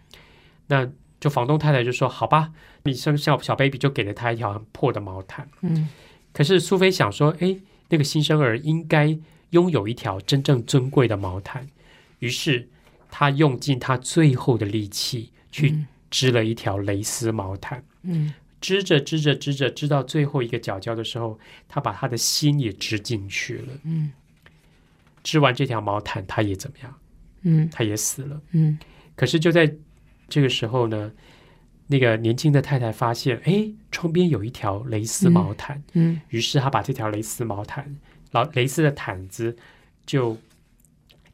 [SPEAKER 1] 那就房东太太就说：“好吧，你生小小 baby 就给了他一条很破的毛毯。
[SPEAKER 2] 嗯”
[SPEAKER 1] 可是苏菲想说：“哎，那个新生儿应该拥有一条真正尊贵的毛毯。”于是她用尽她最后的力气去织了一条蕾丝毛毯。
[SPEAKER 2] 嗯
[SPEAKER 1] 织着织着织着，织到最后一个角角的时候，她把她的心也织进去了。
[SPEAKER 2] 嗯，
[SPEAKER 1] 织完这条毛毯，她也怎么样？
[SPEAKER 2] 嗯
[SPEAKER 1] 她也死了。
[SPEAKER 2] 嗯
[SPEAKER 1] 可是就在这个时候呢，那个年轻的太太发现，哎，窗边有一条蕾丝毛毯，
[SPEAKER 2] 嗯
[SPEAKER 1] 于是她把这条蕾丝毛毯，老蕾丝的毯子就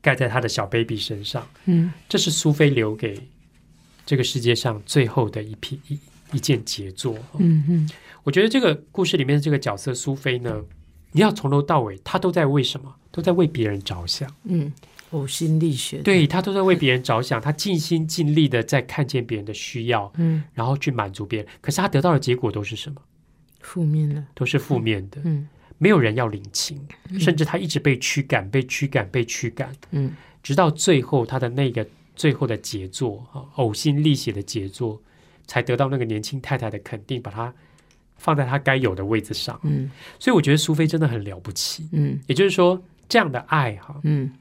[SPEAKER 1] 盖在她的小 baby 身上。
[SPEAKER 2] 嗯
[SPEAKER 1] 这是苏菲留给这个世界上最后的一批一一件杰作。
[SPEAKER 2] 嗯
[SPEAKER 1] 我觉得这个故事里面的这个角色苏菲呢，你要从头到尾，她都在为什么？都在为别人着想。
[SPEAKER 2] 嗯，呕心沥血，，
[SPEAKER 1] 对他都在为别人着想，他尽心尽力的在看见别人的需要，
[SPEAKER 2] 嗯，
[SPEAKER 1] 然后去满足别人。可是他得到的结果都是什么？
[SPEAKER 2] 负面的，
[SPEAKER 1] 都是负面的，
[SPEAKER 2] 嗯
[SPEAKER 1] 没有人要领情，甚至他一直被驱赶、被驱赶、被驱赶，
[SPEAKER 2] 嗯
[SPEAKER 1] 直到最后他的那个最后的杰作啊，呕心沥血的杰作，才得到那个年轻太太的肯定，把他放在他该有的位置上。
[SPEAKER 2] 嗯
[SPEAKER 1] 所以我觉得苏菲真的很了不起。
[SPEAKER 2] 嗯
[SPEAKER 1] 也就是说，这样的爱哈、
[SPEAKER 2] 嗯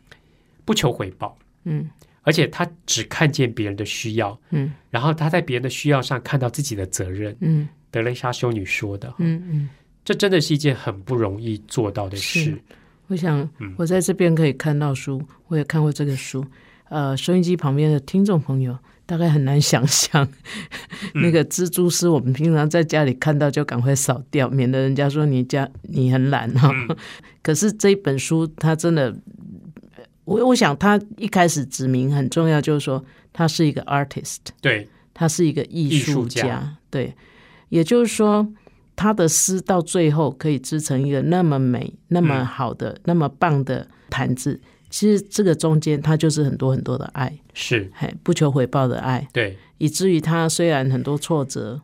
[SPEAKER 1] 不求回报，
[SPEAKER 2] 嗯
[SPEAKER 1] 而且他只看见别人的需要。
[SPEAKER 2] 嗯
[SPEAKER 1] 然后他在别人的需要上看到自己的责任。
[SPEAKER 2] 嗯
[SPEAKER 1] 德雷莎修女说的，
[SPEAKER 2] 嗯，
[SPEAKER 1] 这真的是一件很不容易做到的事
[SPEAKER 2] 是。我想我在这边可以看到书，我也看过这个书。呃，收音机旁边的听众朋友大概很难想象，那个蜘蛛丝，我们平常在家里看到就赶快扫掉，免得人家说你家你很懒哈、可是这一本书，它真的，我我想它一开始指明很重要，就是说它是一个 artist，
[SPEAKER 1] 对，
[SPEAKER 2] 他是一个艺术
[SPEAKER 1] 艺术家
[SPEAKER 2] 对，也就是说，他的诗到最后可以织成一个那么美、那么好的、那么棒的毯子，其实这个中间，它就是很多很多的爱，
[SPEAKER 1] 是
[SPEAKER 2] 嘿，不求回报的爱，
[SPEAKER 1] 对，
[SPEAKER 2] 以至于他虽然很多挫折，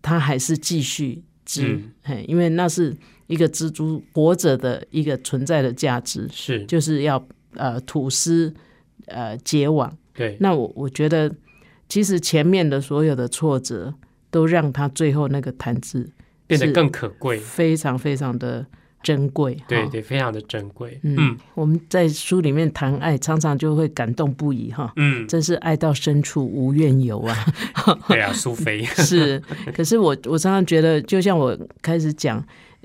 [SPEAKER 2] 他还是继续织，
[SPEAKER 1] 嗯
[SPEAKER 2] 嘿，因为那是一个蜘蛛活着的一个存在的价值，
[SPEAKER 1] 是，
[SPEAKER 2] 就是要呃吐丝呃结网。
[SPEAKER 1] 对，
[SPEAKER 2] 那我我觉得，其实前面的所有的挫折，都让他最后那个谈资
[SPEAKER 1] 变得
[SPEAKER 2] 是
[SPEAKER 1] 更可贵，
[SPEAKER 2] 非常非常的珍贵。
[SPEAKER 1] 对
[SPEAKER 2] 哈
[SPEAKER 1] 对，非常的珍贵。
[SPEAKER 2] 嗯
[SPEAKER 1] 嗯，
[SPEAKER 2] 我们在书里面谈爱，常常就会感动不已哈。
[SPEAKER 1] 嗯，
[SPEAKER 2] 真是爱到深处无怨尤 啊！
[SPEAKER 1] 对啊，苏菲
[SPEAKER 2] 是，可是我我常常觉得，就像我开始讲，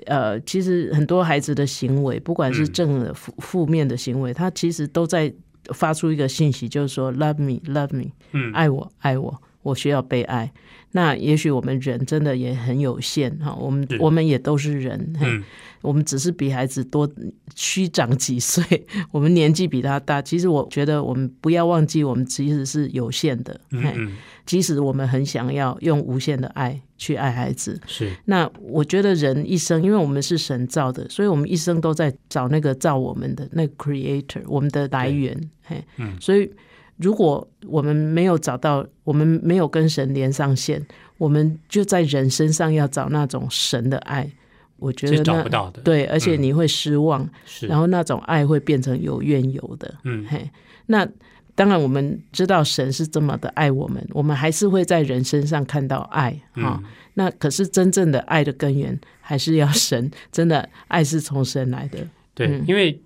[SPEAKER 2] 呃，其实很多孩子的行为，不管是
[SPEAKER 1] 嗯
[SPEAKER 2] 正的负负面的行为，他其实都在发出一个信息，就是说 “love me, love me”，
[SPEAKER 1] 嗯
[SPEAKER 2] 爱我，爱我，我需要被爱。那也许我们人真的也很有限哈，我们
[SPEAKER 1] 是
[SPEAKER 2] 我们也都是人，嘿
[SPEAKER 1] 嗯
[SPEAKER 2] 我们只是比孩子多虚长几岁， 我们年纪比他大。其实我觉得我们不要忘记，我们其实是有限的，
[SPEAKER 1] 嗯
[SPEAKER 2] 嘿
[SPEAKER 1] 嗯，
[SPEAKER 2] 即使我们很想要用无限的爱去爱孩子，
[SPEAKER 1] 是
[SPEAKER 2] 那我觉得人一生，因为我们是神造的，所以我们一生都在找那个造我们的那个 creator，我们的来源。嘿，
[SPEAKER 1] 嗯
[SPEAKER 2] 所以如果我们没有找到，我们没有跟神连上线，我们就在人身上要找那种神的爱，我觉得
[SPEAKER 1] 是
[SPEAKER 2] 那
[SPEAKER 1] 找不到的，
[SPEAKER 2] 对，而且
[SPEAKER 1] 嗯
[SPEAKER 2] 你会失望，
[SPEAKER 1] 是，
[SPEAKER 2] 然后那种爱会变成有怨尤的。
[SPEAKER 1] 嗯
[SPEAKER 2] 嘿，那当然我们知道神是这么的爱我们，我们还是会在人身上看到爱哈、
[SPEAKER 1] 嗯
[SPEAKER 2] 那可是真正的爱的根源还是要神， 真的爱是从神来的，
[SPEAKER 1] 对
[SPEAKER 2] 嗯，
[SPEAKER 1] 因为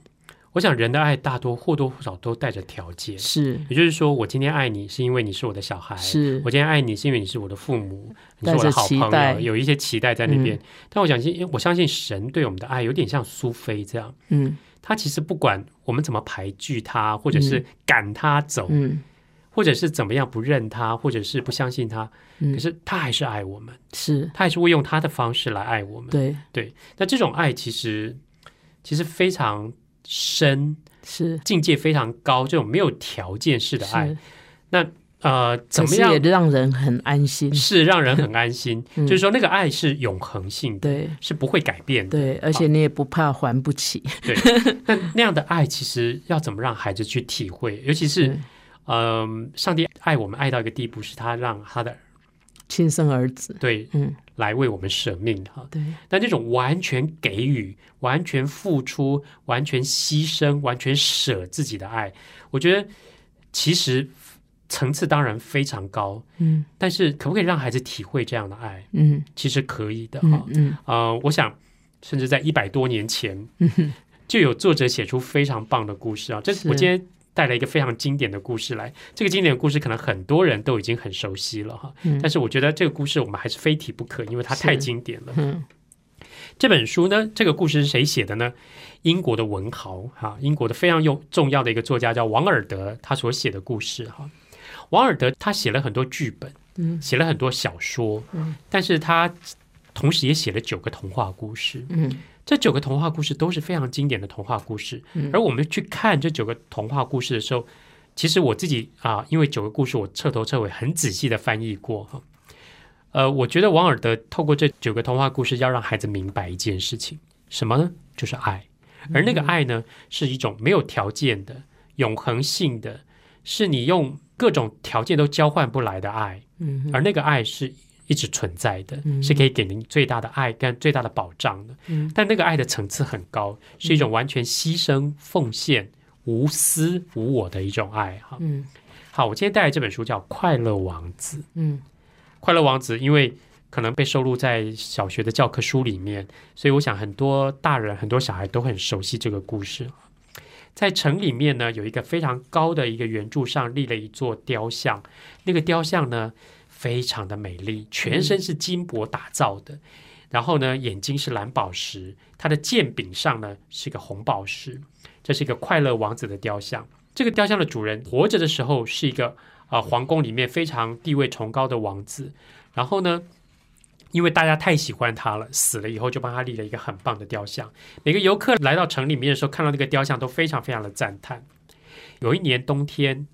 [SPEAKER 1] 我想人的爱大多或多或少都带着条件，
[SPEAKER 2] 是
[SPEAKER 1] 也就是说，我今天爱你是因为你是我的小孩，
[SPEAKER 2] 是
[SPEAKER 1] 我今天爱你是因为你是我的父母，你
[SPEAKER 2] 带
[SPEAKER 1] 是我
[SPEAKER 2] 着
[SPEAKER 1] 的好
[SPEAKER 2] 期
[SPEAKER 1] 朋
[SPEAKER 2] 待嗯
[SPEAKER 1] 友，有一些期待在那边。但我相信，我相信神对我们的爱有点像苏菲这样，
[SPEAKER 2] 嗯
[SPEAKER 1] 他其实不管我们怎么排拒他，或者是赶他走，
[SPEAKER 2] 嗯
[SPEAKER 1] 或者是怎么样不认他，或者是不相信他，
[SPEAKER 2] 嗯
[SPEAKER 1] 可是他还是爱我们，
[SPEAKER 2] 是
[SPEAKER 1] 他还是会用他的方式来爱我们。
[SPEAKER 2] 对
[SPEAKER 1] 那这种爱其实其实非常深，
[SPEAKER 2] 是
[SPEAKER 1] 境界非常高，这种没有条件式的爱
[SPEAKER 2] 是，，
[SPEAKER 1] 呃，怎
[SPEAKER 2] 可
[SPEAKER 1] 么
[SPEAKER 2] 是
[SPEAKER 1] 样
[SPEAKER 2] 也让人很安心，
[SPEAKER 1] 是让人很安心，
[SPEAKER 2] 嗯
[SPEAKER 1] 就是说那个爱是永恒性的，
[SPEAKER 2] 对
[SPEAKER 1] 是不会改变的。
[SPEAKER 2] 对，而且你也不怕还不起，
[SPEAKER 1] 那那样的爱，其实要怎么让孩子去体会？尤其是
[SPEAKER 2] 对，
[SPEAKER 1] 嗯、上帝爱我们爱到一个地步，是他让他的
[SPEAKER 2] 亲生儿子，
[SPEAKER 1] 对
[SPEAKER 2] 嗯
[SPEAKER 1] 来为我们舍命哈。
[SPEAKER 2] 对
[SPEAKER 1] 但这种完全给予、完全付出、完全牺牲、完全舍自己的爱，我觉得其实层次当然非常高，
[SPEAKER 2] 嗯
[SPEAKER 1] 但是可不可以让孩子体会这样的爱？
[SPEAKER 2] 嗯
[SPEAKER 1] 其实可以的哈。
[SPEAKER 2] 嗯嗯
[SPEAKER 1] 呃，我想甚至在一百多年前，就有作者写出非常棒的故事啊。这
[SPEAKER 2] 是
[SPEAKER 1] 我今天带来一个非常经典的故事来，这个经典的故事可能很多人都已经很熟悉了哈。
[SPEAKER 2] 嗯
[SPEAKER 1] 但是我觉得这个故事我们还是非提不可，因为它太
[SPEAKER 2] 是
[SPEAKER 1] 经典了。
[SPEAKER 2] 嗯
[SPEAKER 1] 这本书呢，这个故事是谁写的呢？英国的文豪哈、英国的非常有重要的一个作家叫王尔德，他所写的故事哈、王尔德他写了很多剧本，
[SPEAKER 2] 嗯
[SPEAKER 1] 写了很多小说，
[SPEAKER 2] 嗯
[SPEAKER 1] 但是他同时也写了九个童话故事。
[SPEAKER 2] 嗯
[SPEAKER 1] 这九个童话故事都是非常经典的童话故事，
[SPEAKER 2] 嗯
[SPEAKER 1] 而我们去看这九个童话故事的时候，其实我自己啊、因为九个故事我彻头彻尾很仔细的翻译过哈。呃，我觉得王尔德透过这九个童话故事，要让孩子明白一件事情，什么呢？就是爱，而那个爱呢，是一种没有条件的、永恒性的，是你用各种条件都交换不来的爱。
[SPEAKER 2] 嗯哼
[SPEAKER 1] 而那个爱是一直存在的，
[SPEAKER 2] 嗯
[SPEAKER 1] 是可以给您最大的爱跟最大的保障的。
[SPEAKER 2] 嗯
[SPEAKER 1] 但那个爱的层次很高，是一种完全牺牲、奉献、无私、无我的一种爱。哈，
[SPEAKER 2] 嗯
[SPEAKER 1] 好，我今天带来这本书叫《快乐王子》。
[SPEAKER 2] 嗯
[SPEAKER 1] 快乐王子，因为可能被收录在小学的教科书里面，所以我想很多大人、很多小孩都很熟悉这个故事。在城里面呢，有一个非常高的一个圆柱上立了一座雕像，那个雕像呢非常的美丽，全身是金箔打造的，然后呢眼睛是蓝宝石，它的剑柄上呢是个红宝石，这是一个快乐王子的雕像。这个雕像的主人活着的时候是一个啊、呃皇宫里面非常地位崇高的王子，然后呢，因为大家太喜欢他了，死了以后就帮他立了一个很棒的雕像。每个游客来到城里面的时候，看到那个雕像都非常非常的赞叹。有一年冬天，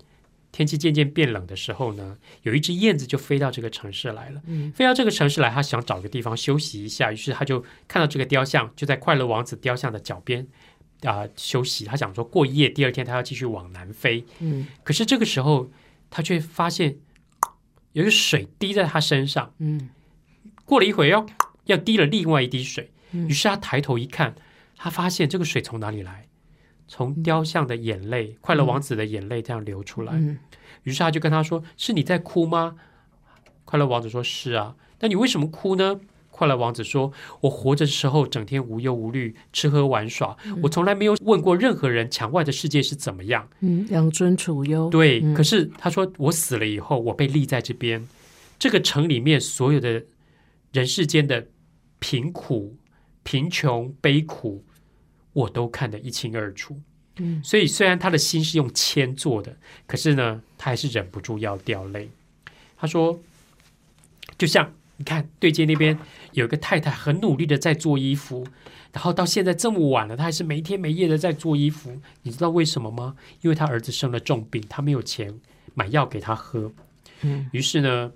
[SPEAKER 1] 天气渐渐变冷的时候呢，有一只燕子就飞到这个城市来了。
[SPEAKER 2] 嗯
[SPEAKER 1] 飞到这个城市来，它想找个地方休息一下，于是它就看到这个雕像，就在快乐王子雕像的脚边啊、休息，他想说过夜，第二天他要继续往南飞。
[SPEAKER 2] 嗯
[SPEAKER 1] 可是这个时候，他却发现有水滴在他身上。
[SPEAKER 2] 嗯
[SPEAKER 1] 过了一会儿要，要滴了另外一滴水。
[SPEAKER 2] 嗯
[SPEAKER 1] 于是他抬头一看，他发现这个水从哪里来？从雕像的眼泪，快乐王子的眼泪这样流出来。
[SPEAKER 2] 嗯
[SPEAKER 1] 于是他就跟他说：“是你在哭吗？”快乐王子说：“是啊。”那你为什么哭呢？快乐王子说：“我活着的时候整天无忧无虑，吃喝玩耍，我从来没有问过任何人墙外的世界是怎么样。
[SPEAKER 2] 嗯，养尊处优，
[SPEAKER 1] 对，
[SPEAKER 2] 嗯
[SPEAKER 1] 可是他说我死了以后，我被立在这边，这个城里面所有的人世间的贫苦、贫穷、悲苦，我都看得一清二楚。
[SPEAKER 2] 嗯
[SPEAKER 1] 所以虽然他的心是用铅做的，可是呢，他还是忍不住要掉泪。他说，就像你看对街那边有一个太太很努力的在做衣服，然后到现在这么晚了，她还是没天没夜的在做衣服。你知道为什么吗？因为她儿子生了重病，她没有钱买药给他喝。
[SPEAKER 2] 嗯，
[SPEAKER 1] 于是呢，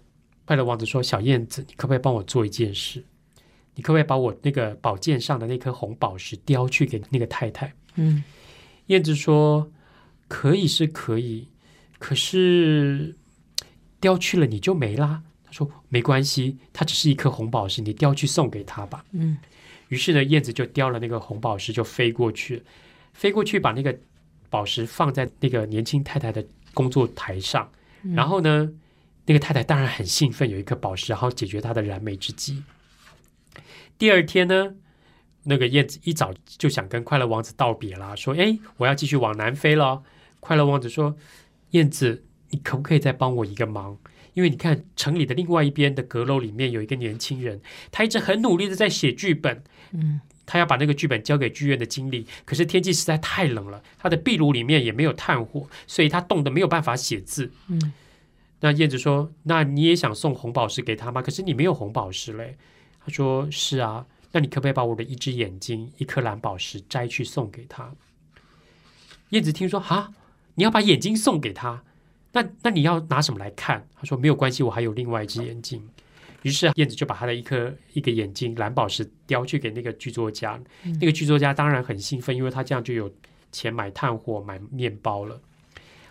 [SPEAKER 1] 快乐王子说：“小燕子，你可不可以帮我做一件事？你可不可以把我那个宝剑上的那颗红宝石叼去给那个太太？”
[SPEAKER 2] 嗯
[SPEAKER 1] 燕子说：“可以是可以，可是叼去了你就没啦。”他说：“没关系，它只是一颗红宝石，你叼去送给他吧。”
[SPEAKER 2] 嗯
[SPEAKER 1] 于是呢，燕子就叼了那个红宝石，就飞过去，飞过去把那个宝石放在那个年轻太太的工作台上。然后呢，那个太太当然很兴奋，有一颗宝石，然后解决她的燃眉之急。第二天呢，那个燕子一早就想跟快乐王子道别啦，说：“哎，我要继续往南飞了哦。”快乐王子说：“燕子，你可不可以再帮我一个忙？因为你看城里的另外一边的阁楼里面有一个年轻人，他一直很努力的在写剧本，
[SPEAKER 2] 嗯
[SPEAKER 1] 他要把那个剧本交给剧院的经理，可是天气实在太冷了，他的壁炉里面也没有炭火，所以他冻得没有办法写字。
[SPEAKER 2] 嗯
[SPEAKER 1] 那燕子说：“那你也想送红宝石给他吗？可是你没有红宝石嘞。”他说：“是啊，那你可不可以把我的一只眼睛、一颗蓝宝石摘去送给他？”燕子听说哈，你要把眼睛送给他，那那你要拿什么来看？他说没有关系，我还有另外一只眼睛。于是燕子就把他的一颗一个眼睛蓝宝石叼去给那个剧作家，
[SPEAKER 2] 嗯
[SPEAKER 1] 那个剧作家当然很兴奋，因为他这样就有钱买炭火、买面包了。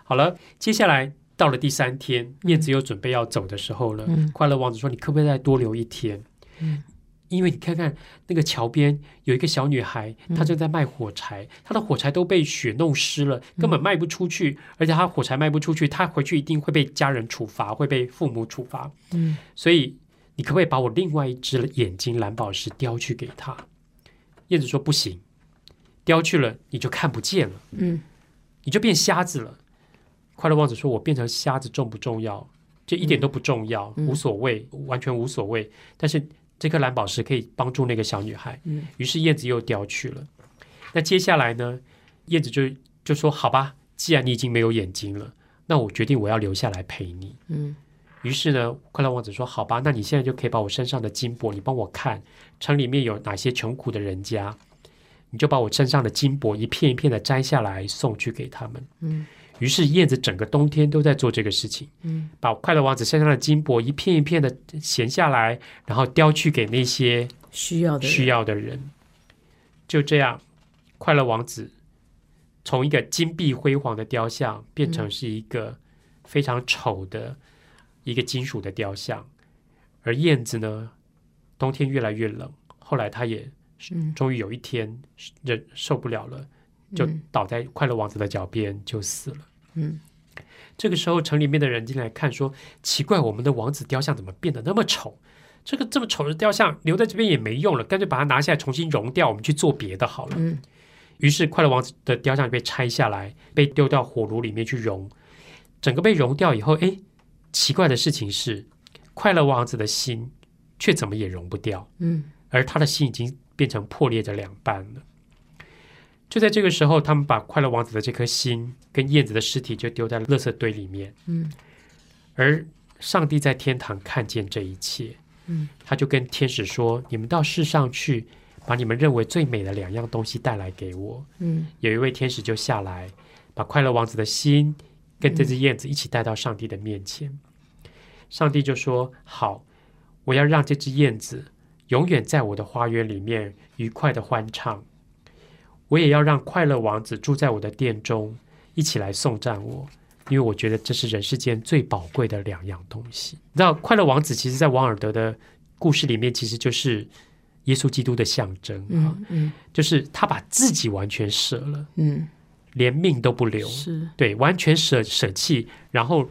[SPEAKER 1] 好了，接下来到了第三天，燕子又准备要走的时候了。
[SPEAKER 2] 嗯
[SPEAKER 1] 快乐王子说：“你可不可以再多留一天？”
[SPEAKER 2] 嗯
[SPEAKER 1] 因为你看看那个桥边有一个小女孩，
[SPEAKER 2] 嗯
[SPEAKER 1] 她正在卖火柴，她的火柴都被雪弄湿了，
[SPEAKER 2] 嗯
[SPEAKER 1] 根本卖不出去。而且她火柴卖不出去，她回去一定会被家人处罚，会被父母处罚。
[SPEAKER 2] 嗯
[SPEAKER 1] 所以你可不可以把我另外一只眼睛蓝宝石叼去给她？燕子说：“不行，叼去了你就看不见了。”
[SPEAKER 2] 嗯
[SPEAKER 1] 你就变瞎子了。快乐王子说：“我变成瞎子重不重要？这一点都不重要，
[SPEAKER 2] 嗯
[SPEAKER 1] 无所谓，完全无所谓。但是这颗蓝宝石可以帮助那个小女孩。
[SPEAKER 2] 嗯”
[SPEAKER 1] 于是燕子又叼去了。那接下来呢？燕子就就说：“好吧，既然你已经没有眼睛了，那我决定我要留下来陪你。”
[SPEAKER 2] 嗯
[SPEAKER 1] 于是呢，快乐王子说：“好吧，那你现在就可以把我身上的金箔，你帮我看城里面有哪些穷苦的人家，你就把我身上的金箔一片一片的摘下来送去给他们。”
[SPEAKER 2] 嗯，
[SPEAKER 1] 于是燕子整个冬天都在做这个事情，
[SPEAKER 2] 嗯，
[SPEAKER 1] 把快乐王子身上的金箔一片一片的衔下来，然后叼去给那些
[SPEAKER 2] 需要的
[SPEAKER 1] 需
[SPEAKER 2] 要
[SPEAKER 1] 要的人。就这样，快乐王子从一个金碧辉煌的雕像变成是一个非常丑的一个金属的雕像，而燕子呢，冬天越来越冷，后来它也
[SPEAKER 2] 嗯
[SPEAKER 1] 终于有一天忍受不了了，就
[SPEAKER 2] 嗯
[SPEAKER 1] 倒在快乐王子的脚边就死了。
[SPEAKER 2] 嗯
[SPEAKER 1] 这个时候，城里面的人进来看，说：“奇怪，我们的王子雕像怎么变得那么丑？这个这么丑的雕像留在这边也没用了，干脆把它拿下来重新熔掉，我们去做别的好了。
[SPEAKER 2] 嗯
[SPEAKER 1] 于是，快乐王子的雕像被拆下来，被丢到火炉里面去熔。整个被熔掉以后，哎，奇怪的事情是，快乐王子的心却怎么也融不掉。
[SPEAKER 2] 嗯
[SPEAKER 1] 而他的心已经变成破裂的两半了。就在这个时候，他们把快乐王子的这颗心跟燕子的尸体就丢在垃圾堆里面。
[SPEAKER 2] 嗯，
[SPEAKER 1] 而上帝在天堂看见这一切，
[SPEAKER 2] 嗯，
[SPEAKER 1] 他就跟天使说：“你们到世上去，把你们认为最美的两样东西带来给我。
[SPEAKER 2] 嗯”
[SPEAKER 1] 有一位天使就下来，把快乐王子的心跟
[SPEAKER 2] 嗯
[SPEAKER 1] 这只燕子一起带到上帝的面前。上帝就说：“好，我要让这只燕子永远在我的花园里面愉快的欢唱。我也要让快乐王子住在我的殿中，一起来颂赞我，因为我觉得这是人世间最宝贵的两样东西。你知道，快乐王子其实在王尔德的故事里面，其实就是耶稣基督的象征啊，
[SPEAKER 2] 嗯嗯
[SPEAKER 1] 就是他把自己完全舍了，
[SPEAKER 2] 嗯，
[SPEAKER 1] 连命都不留，
[SPEAKER 2] 是
[SPEAKER 1] 对，完全舍舍弃，然后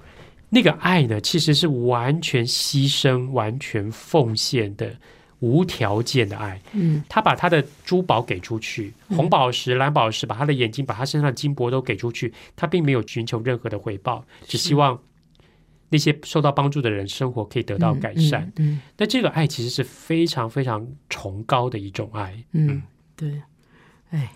[SPEAKER 1] 那个爱呢，其实是完全牺牲、完全奉献的。无条件的爱，
[SPEAKER 2] 嗯
[SPEAKER 1] 他把他的珠宝给出去，红宝石、蓝宝石，把他的眼睛、把他身上的金箔都给出去，他并没有寻求任何的回报，只希望那些受到帮助的人生活可以得到改善。，
[SPEAKER 2] 嗯
[SPEAKER 1] 那这个爱其实是非常非常崇高的一种爱，
[SPEAKER 2] 嗯嗯，对，哎，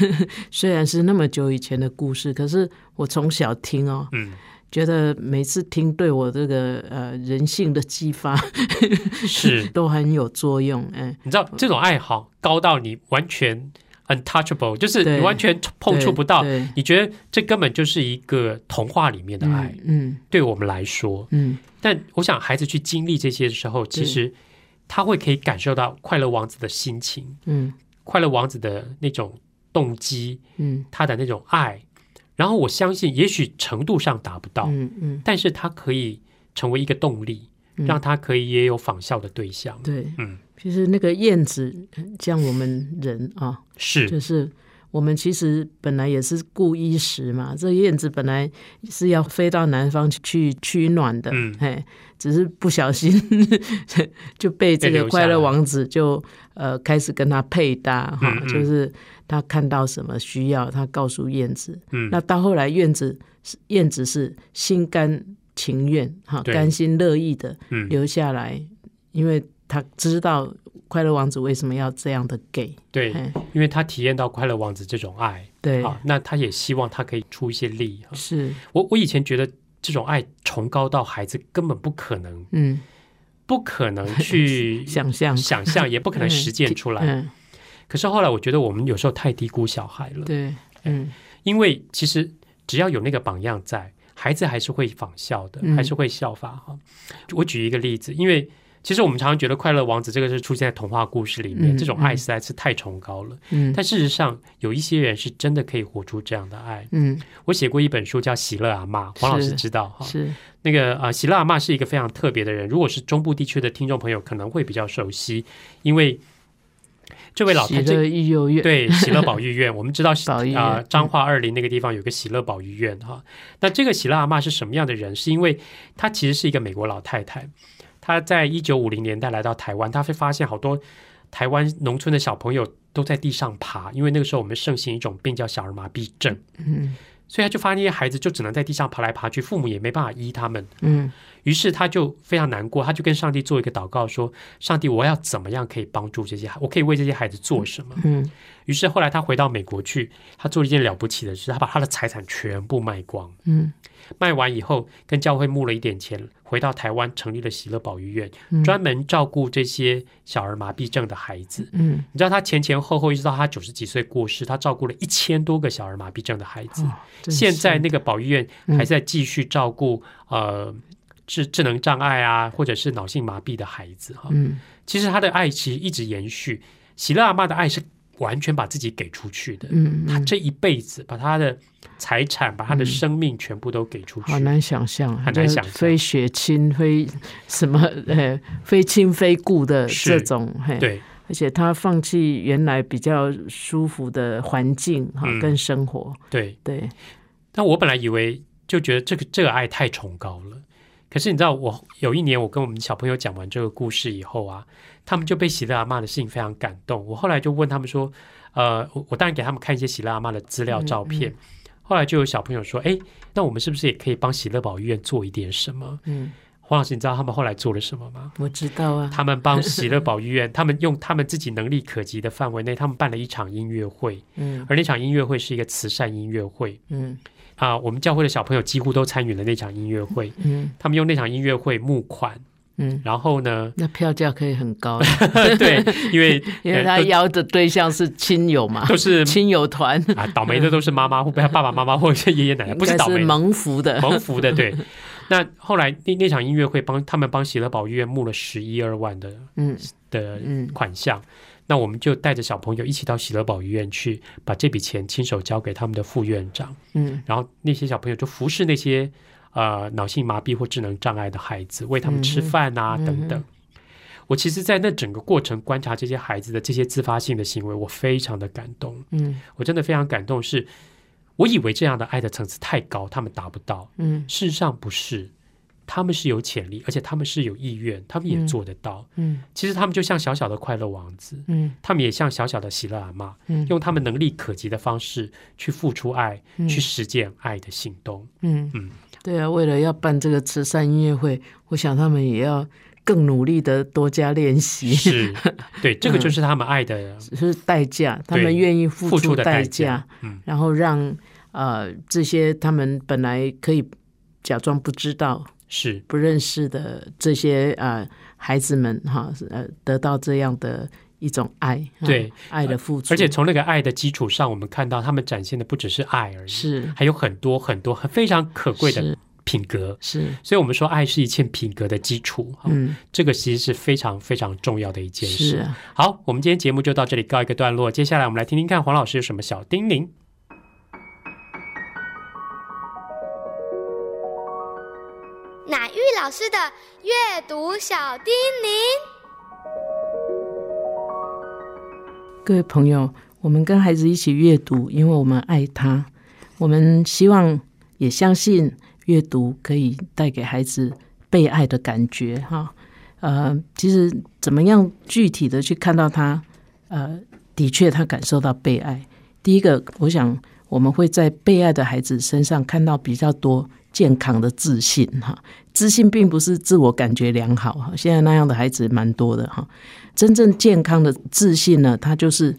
[SPEAKER 2] 虽然是那么久以前的故事，可是我从小听哦，
[SPEAKER 1] 嗯，
[SPEAKER 2] 觉得每次听对我这个呃人性的激发
[SPEAKER 1] 是
[SPEAKER 2] 都很有作用，哎，
[SPEAKER 1] 你知道这种爱好高到你完全 untouchable，就是
[SPEAKER 2] 对
[SPEAKER 1] 你完全碰触
[SPEAKER 2] 对
[SPEAKER 1] 不到。
[SPEAKER 2] 对，
[SPEAKER 1] 你觉得这根本就是一个童话里面的爱，
[SPEAKER 2] 嗯嗯
[SPEAKER 1] 对我们来说。
[SPEAKER 2] 嗯，
[SPEAKER 1] 但我想，孩子去经历这些的时候，其实他会可以感受到快乐王子的心情，
[SPEAKER 2] 嗯
[SPEAKER 1] 快乐王子的那种动机，
[SPEAKER 2] 嗯
[SPEAKER 1] 他的那种爱。然后我相信，也许程度上达不到，
[SPEAKER 2] 嗯嗯，
[SPEAKER 1] 但是他可以成为一个动力，
[SPEAKER 2] 嗯
[SPEAKER 1] 让他可以也有仿效的对象。
[SPEAKER 2] 对，
[SPEAKER 1] 嗯，
[SPEAKER 2] 其实那个燕子像我们人啊，
[SPEAKER 1] 是
[SPEAKER 2] 就是我们其实本来也是顾衣食嘛，这燕子本来是要飞到南方去取暖的，
[SPEAKER 1] 嗯
[SPEAKER 2] 嘿，只是不小心 就被这
[SPEAKER 1] 被
[SPEAKER 2] 个
[SPEAKER 1] 留下
[SPEAKER 2] 快乐
[SPEAKER 1] 来
[SPEAKER 2] 王子就呃开始跟他配搭哈，
[SPEAKER 1] 嗯嗯
[SPEAKER 2] 就是他看到什么需要，他告诉燕子，
[SPEAKER 1] 嗯
[SPEAKER 2] 那到后来燕子是燕子是心甘情愿哈，
[SPEAKER 1] 对
[SPEAKER 2] 甘心乐意的
[SPEAKER 1] 嗯
[SPEAKER 2] 留下来，因为他知道快乐王子为什么要这样的给，
[SPEAKER 1] 对
[SPEAKER 2] 嘿，
[SPEAKER 1] 因为他体验到快乐王子这种爱
[SPEAKER 2] 对，
[SPEAKER 1] 啊，那他也希望他可以出一些力。啊
[SPEAKER 2] 是，
[SPEAKER 1] 我我以前觉得这种爱崇高到孩子根本不可能，
[SPEAKER 2] 嗯，
[SPEAKER 1] 不可 能去
[SPEAKER 2] 想象
[SPEAKER 1] 想象也不可能
[SPEAKER 2] 嗯
[SPEAKER 1] 实践出来。
[SPEAKER 2] 嗯，
[SPEAKER 1] 可是后来我觉得我们有时候太低估小孩了，
[SPEAKER 2] 对，嗯
[SPEAKER 1] 因为其实只要有那个榜样在，孩子还是会仿效的，
[SPEAKER 2] 嗯
[SPEAKER 1] 还是会效法哈。我举一个例子，因为其实我们常常觉得《快乐王子》这个是出现在童话故事里面，
[SPEAKER 2] 嗯
[SPEAKER 1] 这种爱实在是太崇高了。
[SPEAKER 2] 嗯，
[SPEAKER 1] 但事实上，有一些人是真的可以活出这样的爱。
[SPEAKER 2] 嗯
[SPEAKER 1] 我写过一本书叫《喜乐阿妈》，黄老师知道哈。
[SPEAKER 2] 是，
[SPEAKER 1] 那个啊，呃喜乐阿妈是一个非常特别的人。如果是中部地区的听众朋友，可能会比较熟悉，因为这位老太
[SPEAKER 2] 喜
[SPEAKER 1] 这
[SPEAKER 2] 乐育幼院，，
[SPEAKER 1] 对喜乐保育院，我们知道
[SPEAKER 2] 保育院
[SPEAKER 1] 啊、彰化二林那个地方有个喜乐保育院哈。那这个喜乐阿妈是什么样的人？是因为她其实是一个美国老太太，她在一九五零年代来到台湾，她会发现好多台湾农村的小朋友都在地上爬，因为那个时候我们盛行一种病叫小儿麻痹症，
[SPEAKER 2] 嗯
[SPEAKER 1] 所以她就发现那些孩子就只能在地上爬来爬去，父母也没办法医他们。
[SPEAKER 2] 嗯
[SPEAKER 1] 于是他就非常难过，他就跟上帝做一个祷告，说：“上帝，我要怎么样可以帮助这些孩？我可以为这些孩子做什么
[SPEAKER 2] 嗯，？”
[SPEAKER 1] 于是后来他回到美国去，他做了一件了不起的事，他把他的财产全部卖光。
[SPEAKER 2] 嗯，
[SPEAKER 1] 卖完以后，跟教会募了一点钱，回到台湾成立了喜乐保育院，
[SPEAKER 2] 嗯
[SPEAKER 1] 专门照顾这些小儿麻痹症的孩子。
[SPEAKER 2] 嗯，
[SPEAKER 1] 你知道他前前后后一直到他九十几岁过世，他照顾了一千多个小儿麻痹症的孩子。
[SPEAKER 2] 哦真
[SPEAKER 1] 现
[SPEAKER 2] 是
[SPEAKER 1] 在那个保育院
[SPEAKER 2] 嗯
[SPEAKER 1] 还在继续照顾、呃智智能障碍啊，或者是脑性麻痹的孩子哈、
[SPEAKER 2] 嗯
[SPEAKER 1] 其实他的爱其实一直延续，喜乐阿妈的爱是完全把自己给出去的，
[SPEAKER 2] 嗯，
[SPEAKER 1] 他
[SPEAKER 2] 嗯
[SPEAKER 1] 这一辈子把他的财产、把他的生命全部都给出去。
[SPEAKER 2] 好难想象啊，
[SPEAKER 1] 很难
[SPEAKER 2] 这
[SPEAKER 1] 想象
[SPEAKER 2] 非血亲非什么 呃非亲非故的这
[SPEAKER 1] 是
[SPEAKER 2] 种，嘿，
[SPEAKER 1] 对
[SPEAKER 2] 而且他放弃原来比较舒服的环境哈
[SPEAKER 1] 嗯
[SPEAKER 2] 跟生活，
[SPEAKER 1] 对，
[SPEAKER 2] 对，
[SPEAKER 1] 但我本来以为就觉得这个这个爱太崇高了。可是你知道，我有一年我跟我们小朋友讲完这个故事以后啊，他们就被喜乐阿妈的事情非常感动。我后来就问他们说，呃，我我当然给他们看一些喜乐阿妈的资
[SPEAKER 2] 嗯
[SPEAKER 1] 料照片。后来就有小朋友说，哎，那我们是不是也可以帮喜乐保育院做一点什么？
[SPEAKER 2] 嗯，
[SPEAKER 1] 黄老师，你知道他们后来做了什么吗？
[SPEAKER 2] 我知道啊，
[SPEAKER 1] 他们帮喜乐保育院， 他们用他们自己能力可及的范围内，他们办了一场音乐会，
[SPEAKER 2] 嗯
[SPEAKER 1] 而那场音乐会是一个慈善音乐会。
[SPEAKER 2] 嗯
[SPEAKER 1] 啊，我们教会的小朋友几乎都参与了那场音乐会，
[SPEAKER 2] 嗯
[SPEAKER 1] 他们用那场音乐会募款，
[SPEAKER 2] 嗯，，
[SPEAKER 1] 然后呢
[SPEAKER 2] 那票价可以很高，啊
[SPEAKER 1] 对，因为
[SPEAKER 2] 因为
[SPEAKER 1] 呃
[SPEAKER 2] 他
[SPEAKER 1] 都
[SPEAKER 2] 邀的对象是亲友嘛，
[SPEAKER 1] 都是
[SPEAKER 2] 亲友团，
[SPEAKER 1] 啊，倒霉的都是妈妈或被他爸爸妈妈或者是爷爷奶奶，
[SPEAKER 2] 应
[SPEAKER 1] 不是
[SPEAKER 2] 该
[SPEAKER 1] 倒霉
[SPEAKER 2] 是
[SPEAKER 1] 的
[SPEAKER 2] 蒙福的，
[SPEAKER 1] 蒙福 的，对。那后来那那场音乐会帮他们帮喜乐宝医院募了十一二万的
[SPEAKER 2] 嗯
[SPEAKER 1] 的
[SPEAKER 2] 嗯
[SPEAKER 1] 款项，那我们就带着小朋友一起到喜乐堡医院去，把这笔钱亲手交给他们的副院长，
[SPEAKER 2] 嗯
[SPEAKER 1] 然后那些小朋友就服侍那些呃脑性麻痹或智能障碍的孩子，喂他们
[SPEAKER 2] 嗯
[SPEAKER 1] 吃
[SPEAKER 2] 哼
[SPEAKER 1] 饭啊、
[SPEAKER 2] 嗯
[SPEAKER 1] 等等。我其实，在那整个过程观察这些孩子的这些自发性的行为，我非常的感动。
[SPEAKER 2] 嗯
[SPEAKER 1] 我真的非常感动是，我以为这样的爱的层次太高，他们达不到，
[SPEAKER 2] 嗯
[SPEAKER 1] 事实上不是，他们是有潜力，而且他们是有意愿，他们也
[SPEAKER 2] 嗯
[SPEAKER 1] 做得到。
[SPEAKER 2] 嗯
[SPEAKER 1] 其实他们就像小小的快乐王子，
[SPEAKER 2] 嗯
[SPEAKER 1] 他们也像小小的喜乐阿妈，
[SPEAKER 2] 嗯
[SPEAKER 1] 用他们能力可及的方式去付出爱，
[SPEAKER 2] 嗯
[SPEAKER 1] 去实践爱的行 动。
[SPEAKER 2] 嗯
[SPEAKER 1] 嗯
[SPEAKER 2] 嗯，对啊，为了要办这个慈善音乐会，我想他们也要更努力的多加练习，
[SPEAKER 1] 是，对，这个就是他们爱的
[SPEAKER 2] 只是代价，他
[SPEAKER 1] 对
[SPEAKER 2] 们愿意付
[SPEAKER 1] 付出的
[SPEAKER 2] 代
[SPEAKER 1] 价。嗯，
[SPEAKER 2] 然后让呃这些他们本来可以假装不知道、
[SPEAKER 1] 是
[SPEAKER 2] 不认识的这些呃孩子们哈呃得到这样的一种爱，啊
[SPEAKER 1] 对，
[SPEAKER 2] 爱的付出，
[SPEAKER 1] 而且从那个爱的基础上，我们看到他们展现的不只是爱而已，
[SPEAKER 2] 是
[SPEAKER 1] 还有很多很多很非常可贵的
[SPEAKER 2] 是
[SPEAKER 1] 品格。
[SPEAKER 2] 是
[SPEAKER 1] 所以，我们说爱是一切品格的基础。啊
[SPEAKER 2] 嗯
[SPEAKER 1] 这个其实是非常非常重要的一件事。
[SPEAKER 2] 是啊，
[SPEAKER 1] 好，我们今天节目就到这里告一个段落。接下来我们来听听看黄老师有什么小叮咛。
[SPEAKER 3] 乃玉老师的阅读小叮咛。
[SPEAKER 2] 各位朋友，我们跟孩子一起阅读，因为我们爱他，我们希望也相信阅读可以带给孩子被爱的感觉哈。呃，其实怎么样具体的去看到他，呃，的确他感受到被爱。第一个，我想我们会在被爱的孩子身上看到比较多健康的自信哈。自信并不是自我感觉良好哈，现在那样的孩子蛮多的哈。真正健康的自信呢，他就是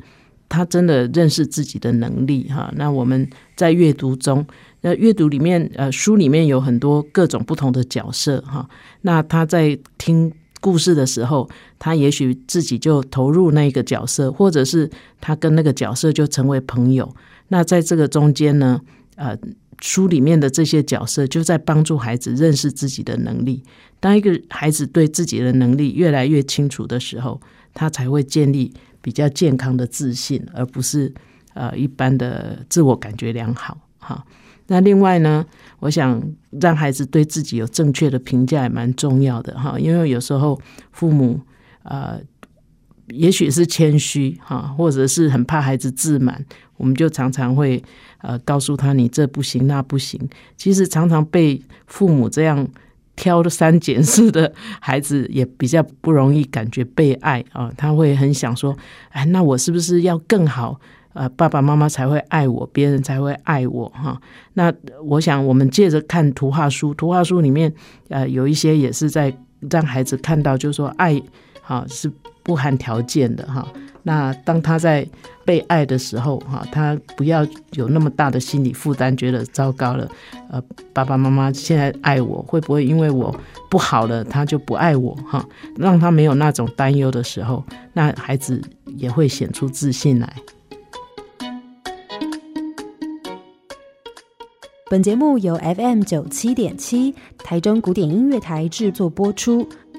[SPEAKER 2] 他真的认识自己的能力哈。那我们在阅读中，那阅读里面，呃，书里面有很多各种不同的角色哈。那他在听故事的时候，他也许自己就投入那个角色，或者是他跟那个角色就成为朋友。那在这个中间呢，呃。书里面的这些角色就在帮助孩子认识自己的能力。当一个孩子对自己的能力越来越清楚的时候，他才会建立比较健康的自信，而不是呃一般的自我感觉良好。哈，那另外呢，我想让孩子对自己有正确的评价也蛮重要的哈，因为有时候父母呃。也许是谦虚哈，或者是很怕孩子自满，我们就常常会呃告诉他你这不行那不行。其实常常被父母这样挑三拣四的孩子也比较不容易感觉被爱啊，他会很想说，哎，那我是不是要更好？呃，爸爸妈妈才会爱我，别人才会爱我哈。那呃我想，我们借着看图画书，图画书里面呃有一些也是在让孩子看到，就是说爱哈、是不含条件的哈、那当他在被爱的时候哈、他不要有那么大的心理负担，觉得糟糕了，呃，爸爸妈妈现在爱我，会不会因为我不好了，他就不爱我哈？让他没有那种担忧的时候，那孩子也会显出自信来。
[SPEAKER 5] 本节目由 FM 九七点七台中古典音乐台制作播出，